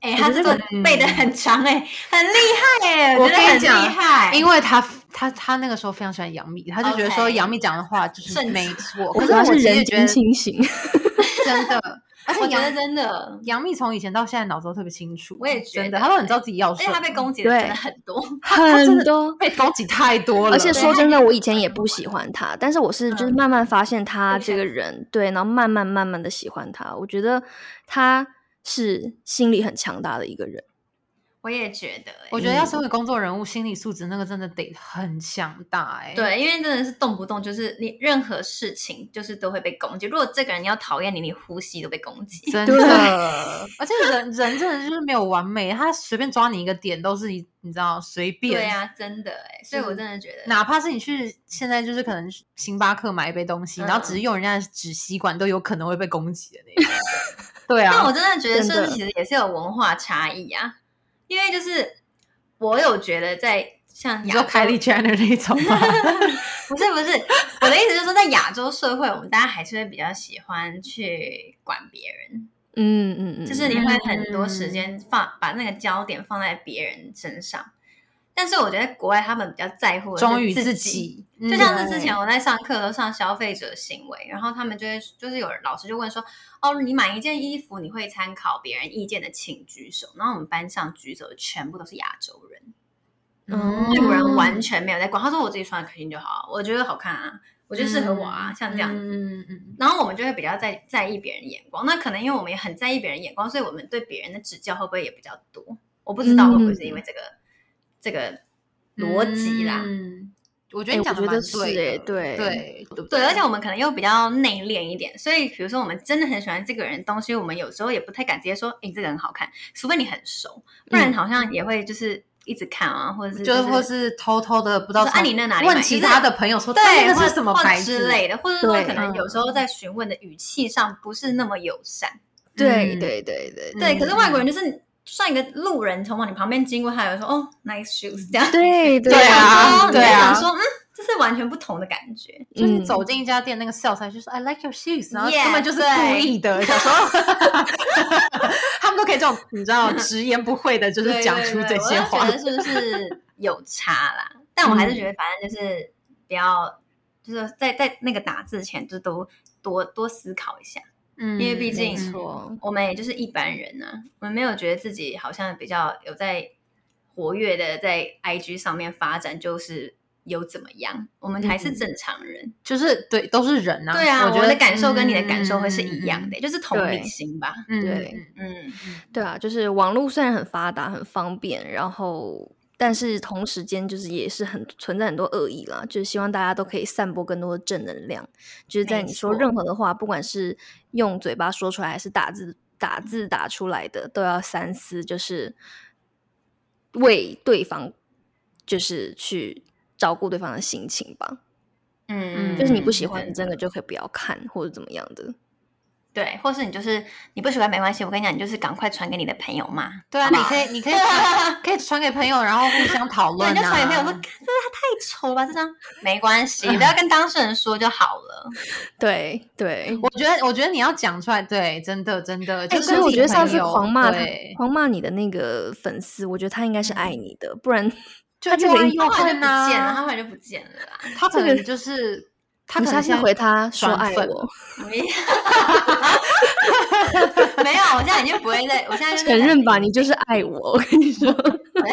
哎、
我
他
觉
这
得
个背的
嗯
很长哎、很 (laughs) 厉害哎、
我
觉
跟你
得
讲
很厉害，
因为他他他那个时候非常喜欢杨幂，他就觉得说
OK
杨幂讲的话就是
圣
没
旨
错，
我
可
主
是
要
我
是
其实
人
也觉
间
得
清醒，
(laughs)
真的，而且
我觉
杨
得真的，
杨�幂从以前到现在脑子都特别清楚，
我也觉
真
得
的，她都很知道自己要
而
什
且
么，
他被攻击的真
对
的很多，
真
很
的
多。
被攻击太多了，
而且
对
说
他
真的，
也
我以前也不喜欢他，但是我是就是
嗯
慢慢发现他
对
这个人，对，然后慢慢慢慢的喜欢他。我觉得他是心理很强大的一个人。
我也觉得、欸，
我觉得要身为工作人物，心理素质那个真的得很强大哎、欸。
对，因为真的是动不动就是你任何事情就是都会被攻击。如果这个人要讨厌你，你呼吸都被攻击。
真
对
的，而且人人真的就是没有完美，他随便抓你一个点都是你你知道随便。
对啊，真的哎、所以我真的觉得，
哪怕是你去现在就是可能去星巴克买一杯东西，然后
嗯
只是用人家的纸吸管，都有可能会被攻击的那种。对
但
啊
我，真的觉得
真
是
的
不是其实也是有文化差异啊？因为就是我有觉得在像
你
亚
说
洲
凯莉 Jenner 那一种吗？
不是不是，我的意思就是说，在亚洲社会，我们大家还是会比较喜欢去管别人，
嗯嗯嗯，
就是你会很多
嗯
时间放把那个焦点放在别人身上。但是我觉得国外他们比较在乎的是
忠于
自
自，己，
就
嗯
像是之前我在上课都上消费者行为，然后他们就会就是有老师就问说，哦，你买一件衣服你会参考别人意见的，请举手。然后我们班上举手的全部都是亚洲人，
嗯
外国人完全没有在管，他说我自己穿的开心就好，我觉得好看啊，我觉得适合我啊，像这样子。
嗯嗯嗯，
然后我们就会比较在在意别人眼光，那可能因为我们也很在意别人眼光，所以我们对别人的指教会不会也比较多？我不知道
嗯
会不会是因为这个、这个逻辑啦。
嗯我觉得
哎
你讲的
我觉
蛮
得是
对
哎
的，
对
对对不
对，而且我们可能又比较内敛一点，所以比如说我们真的很喜欢这个人的东西，我们有时候也不太敢直接说，哎，你这个很好看，除非你很熟，不然好像也会就是一直看啊，或者是、
嗯就是
是
或是偷偷的不知道
就是啊
从
你那哪里买
问其
就是
哦他的朋友说，
对，或
这个
者
是什么
或者
牌
之
子？
类的，或者是说
对
可能
嗯
有时候在询问的语气上不是那么友善。
对
嗯
对对对
对，可是外国
嗯
人就是你算一个路人从往你旁边经过，他也会说哦，nice shoes (laughs) 这样。
对
对啊 (laughs)
然后你就
对啊
想说嗯，这是完全不同的感觉。
就是你
嗯
走进一家店，那个 sales 还就说 I like your shoes，然后
Yeah，
根本就是故
对
意的，想说他们都可以这种你知道直言不讳的，就是
对
讲
对
出
对
这些话嗯
我。就觉得是不是有差啦？但我还是觉得，反正就是不要，就是在在那个打字前，就都多多思考一下。
嗯
因为毕
没
竟
错，
我们也就是一般人啊，我们没有觉得自己好像比较有在活跃的在 IG 上面发展，就是有怎么样，我们还是
嗯
正常人。
就是对，都是人啊。
对啊，
我
我
觉得
的感受跟你的感受
嗯
会是一样的、。就是同理
对
心吧。
嗯嗯嗯嗯
对
嗯
嗯，
对啊，就是网络虽然很发达、很方便，然后但是同时间就是也是很存在很多恶意啦，就是希望大家都可以散播更多的正能量，就是在
没
你说
错
任何的话，不管是用嘴巴说出来还是打字打字打出来的，都要三思，就是为对方就是去照顾对方的心情吧。
嗯，
就是你不喜
嗯
欢，你真的就可以不要看或者怎么样的。
对，或是你就是你不喜欢没关系，我跟你讲，你就是赶快传给你的朋友嘛。
对啊，
好不
你
好
可以，你可以传，可以传给朋友，然后互相讨
对，
论
你就
啊。
传给朋友说，干这他太丑了吧，这张没关系，不要跟当事人说就好
(laughs)
了。
对对，
我觉得，我觉得你要讲出来，对，真的，真的，
哎、
就
所以
跟
我
自己
觉得上
朋
次
友
狂骂他
对，嗯
狂骂你的那个粉丝，我觉得他应该是爱你的，不然
就
他这
又
个
爱
应
又
他后来就
恨
不见了，
呐
他。后来就不见了啦。
他可
这个
能就是他
你
可能
下
现
次
在
回他说
转
爱
粉
我， (laughs)
没有， (laughs) 没有，我现在已经不会再，我现在就是
承认吧，你就是爱我。我跟你说，
他想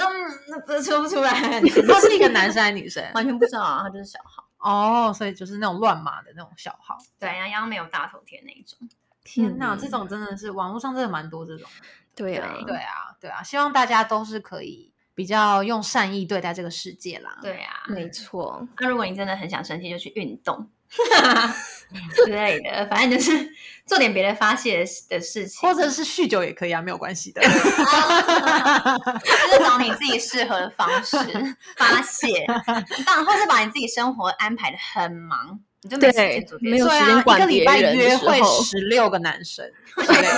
说，嗯，那不说不出来，
(laughs) 他是一个男生还是女生？
完全不知道啊，他就是小号，
哦，所以就是那种乱码的那种小号。
对，然后然后没有大头贴那一种，
(laughs) 天哪，这
嗯
种真的是网络上真的蛮多这种。
对啊，
对啊，对啊，希望大家都是可以比较用善意对待这个世界啦。
对啊。
没错，
那如果你真的很想生气，就去运 (laughs) 动之类的，反正就是做点别的发泄的事情，
或者是酗酒也可以啊，没有关系的。
就是找你自己适合的方 (laughs) 式发泄，当然，或是把你自己生活安排的很忙，你就没时间
对
做
(laughs) 没
别
有
的
时
事。
对啊，
间
一
管
个礼
别
拜
人的
约
时
会
候
十六个男生之类
(laughs)
的，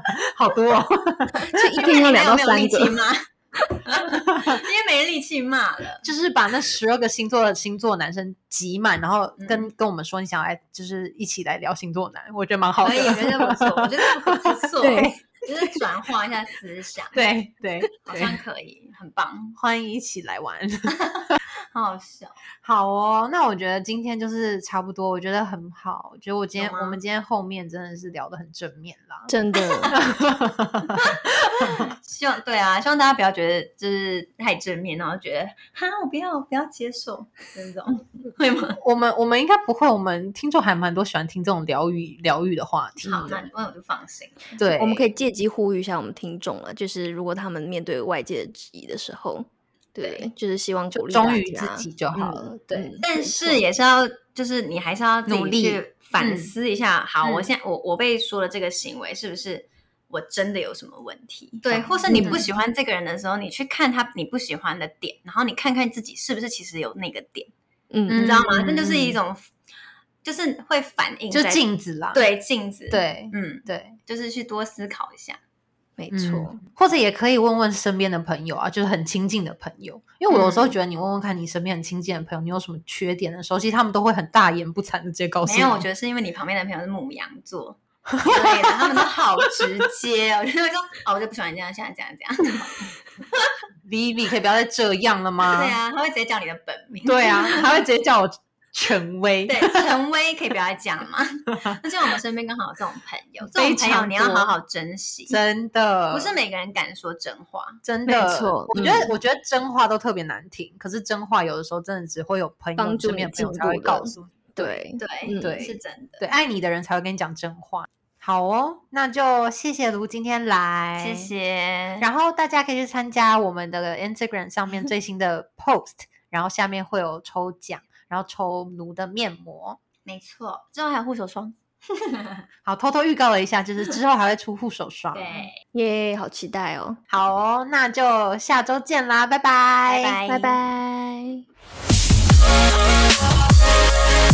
(laughs) 好多哦。
就一天
那
有
你
两到
还有没有
三
力气
个。 (laughs)
骂？ (laughs) 因为没力气骂了。
就是把那十二个星座的星座男生挤满，然后跟、跟我们说你想来，就是一起来聊星座男，我觉得蛮好
可
的
以，。我觉得不错，我觉得不错，
对，
就是转化一下思想，
(laughs) 对对
好
对
像可以，很棒。
欢迎一起来玩。
好好笑。
(laughs) 好哦，那我觉得今天就是差不多，我觉得很好。我觉得我今天
有吗
我们今天后面真的是聊得很正面啦。 (laughs)
真的
希望对啊，希望大家不要觉得就是太正面，然后觉得哈我不要不要接受那
(laughs)
种，会吗？
我们我们应该不会，我们听众还蛮多喜欢听这种疗愈疗愈的话题
好，那
的。
那我就放心了。
(laughs) 对，
我们可
以
以借机呼吁一下我们听众了，就是如果他们面对外界的质疑的时候，对，就是希望鼓励大
忠于自
家。
己就好了。对，
嗯
但是也是要，就是你还是要自己
努力
去反思一下。好，
嗯
我现在我我被说的这个行为是不是我真的有什么问题？对，
嗯
或是你不喜欢这个人的时候，你去看他你不喜欢的点，然后你看看自己是不是其实有那个点，
嗯，
你知道吗？
嗯
那就是一种，就是会反映
就
在
镜子啦。
对镜子，，
对
嗯，
对，
就是去多思考一下。
没
嗯
错，
或者也可以问问身边的朋友啊，就是很亲近的朋友，因为我有
嗯
时候觉得你问问看你身边很亲近的朋友，你有什么缺点的时候，其实他们都会很大言不惭的直接告诉
没
你。
有，我觉得是因为你旁边的朋友是母羊座。对的，他们都好直接哦， (laughs) 就是会说哦，我就不喜欢你这样，现在这样这样。
Vivi 可以不要再这样了
(laughs)
吗？
对啊，他会直接叫你的本名。
对啊， (laughs) 他会直接叫我权威。
对，权威可以不要讲嘛。 (laughs) 而且我们身边刚好有这种朋友，这
非
种朋友
常
你要
多
好好珍惜，
真的
不是每个人敢说真话。
真
没
的，
错嗯
我觉得、我觉得真话都特别难听，可是真话有的时候真的只会有朋友
帮助
身边
你
的朋友
进
才会
步的
告诉你。
对，
对，
嗯
对
是真的。
对，爱你的人才会跟你讲真话。好哦，那就谢谢卢今天来，
谢。谢，
然后大家可以去参加我们的 Instagram 上面最新 (laughs) 的 post，然后下面会有抽奖，然后抽卢的面膜。
没错，之后还有护手霜。
好，偷偷预告了一下，就是之后还会出护手霜。
对，
耶，好期待哦，
好哦，那就下周见啦，拜拜，
拜
拜拜。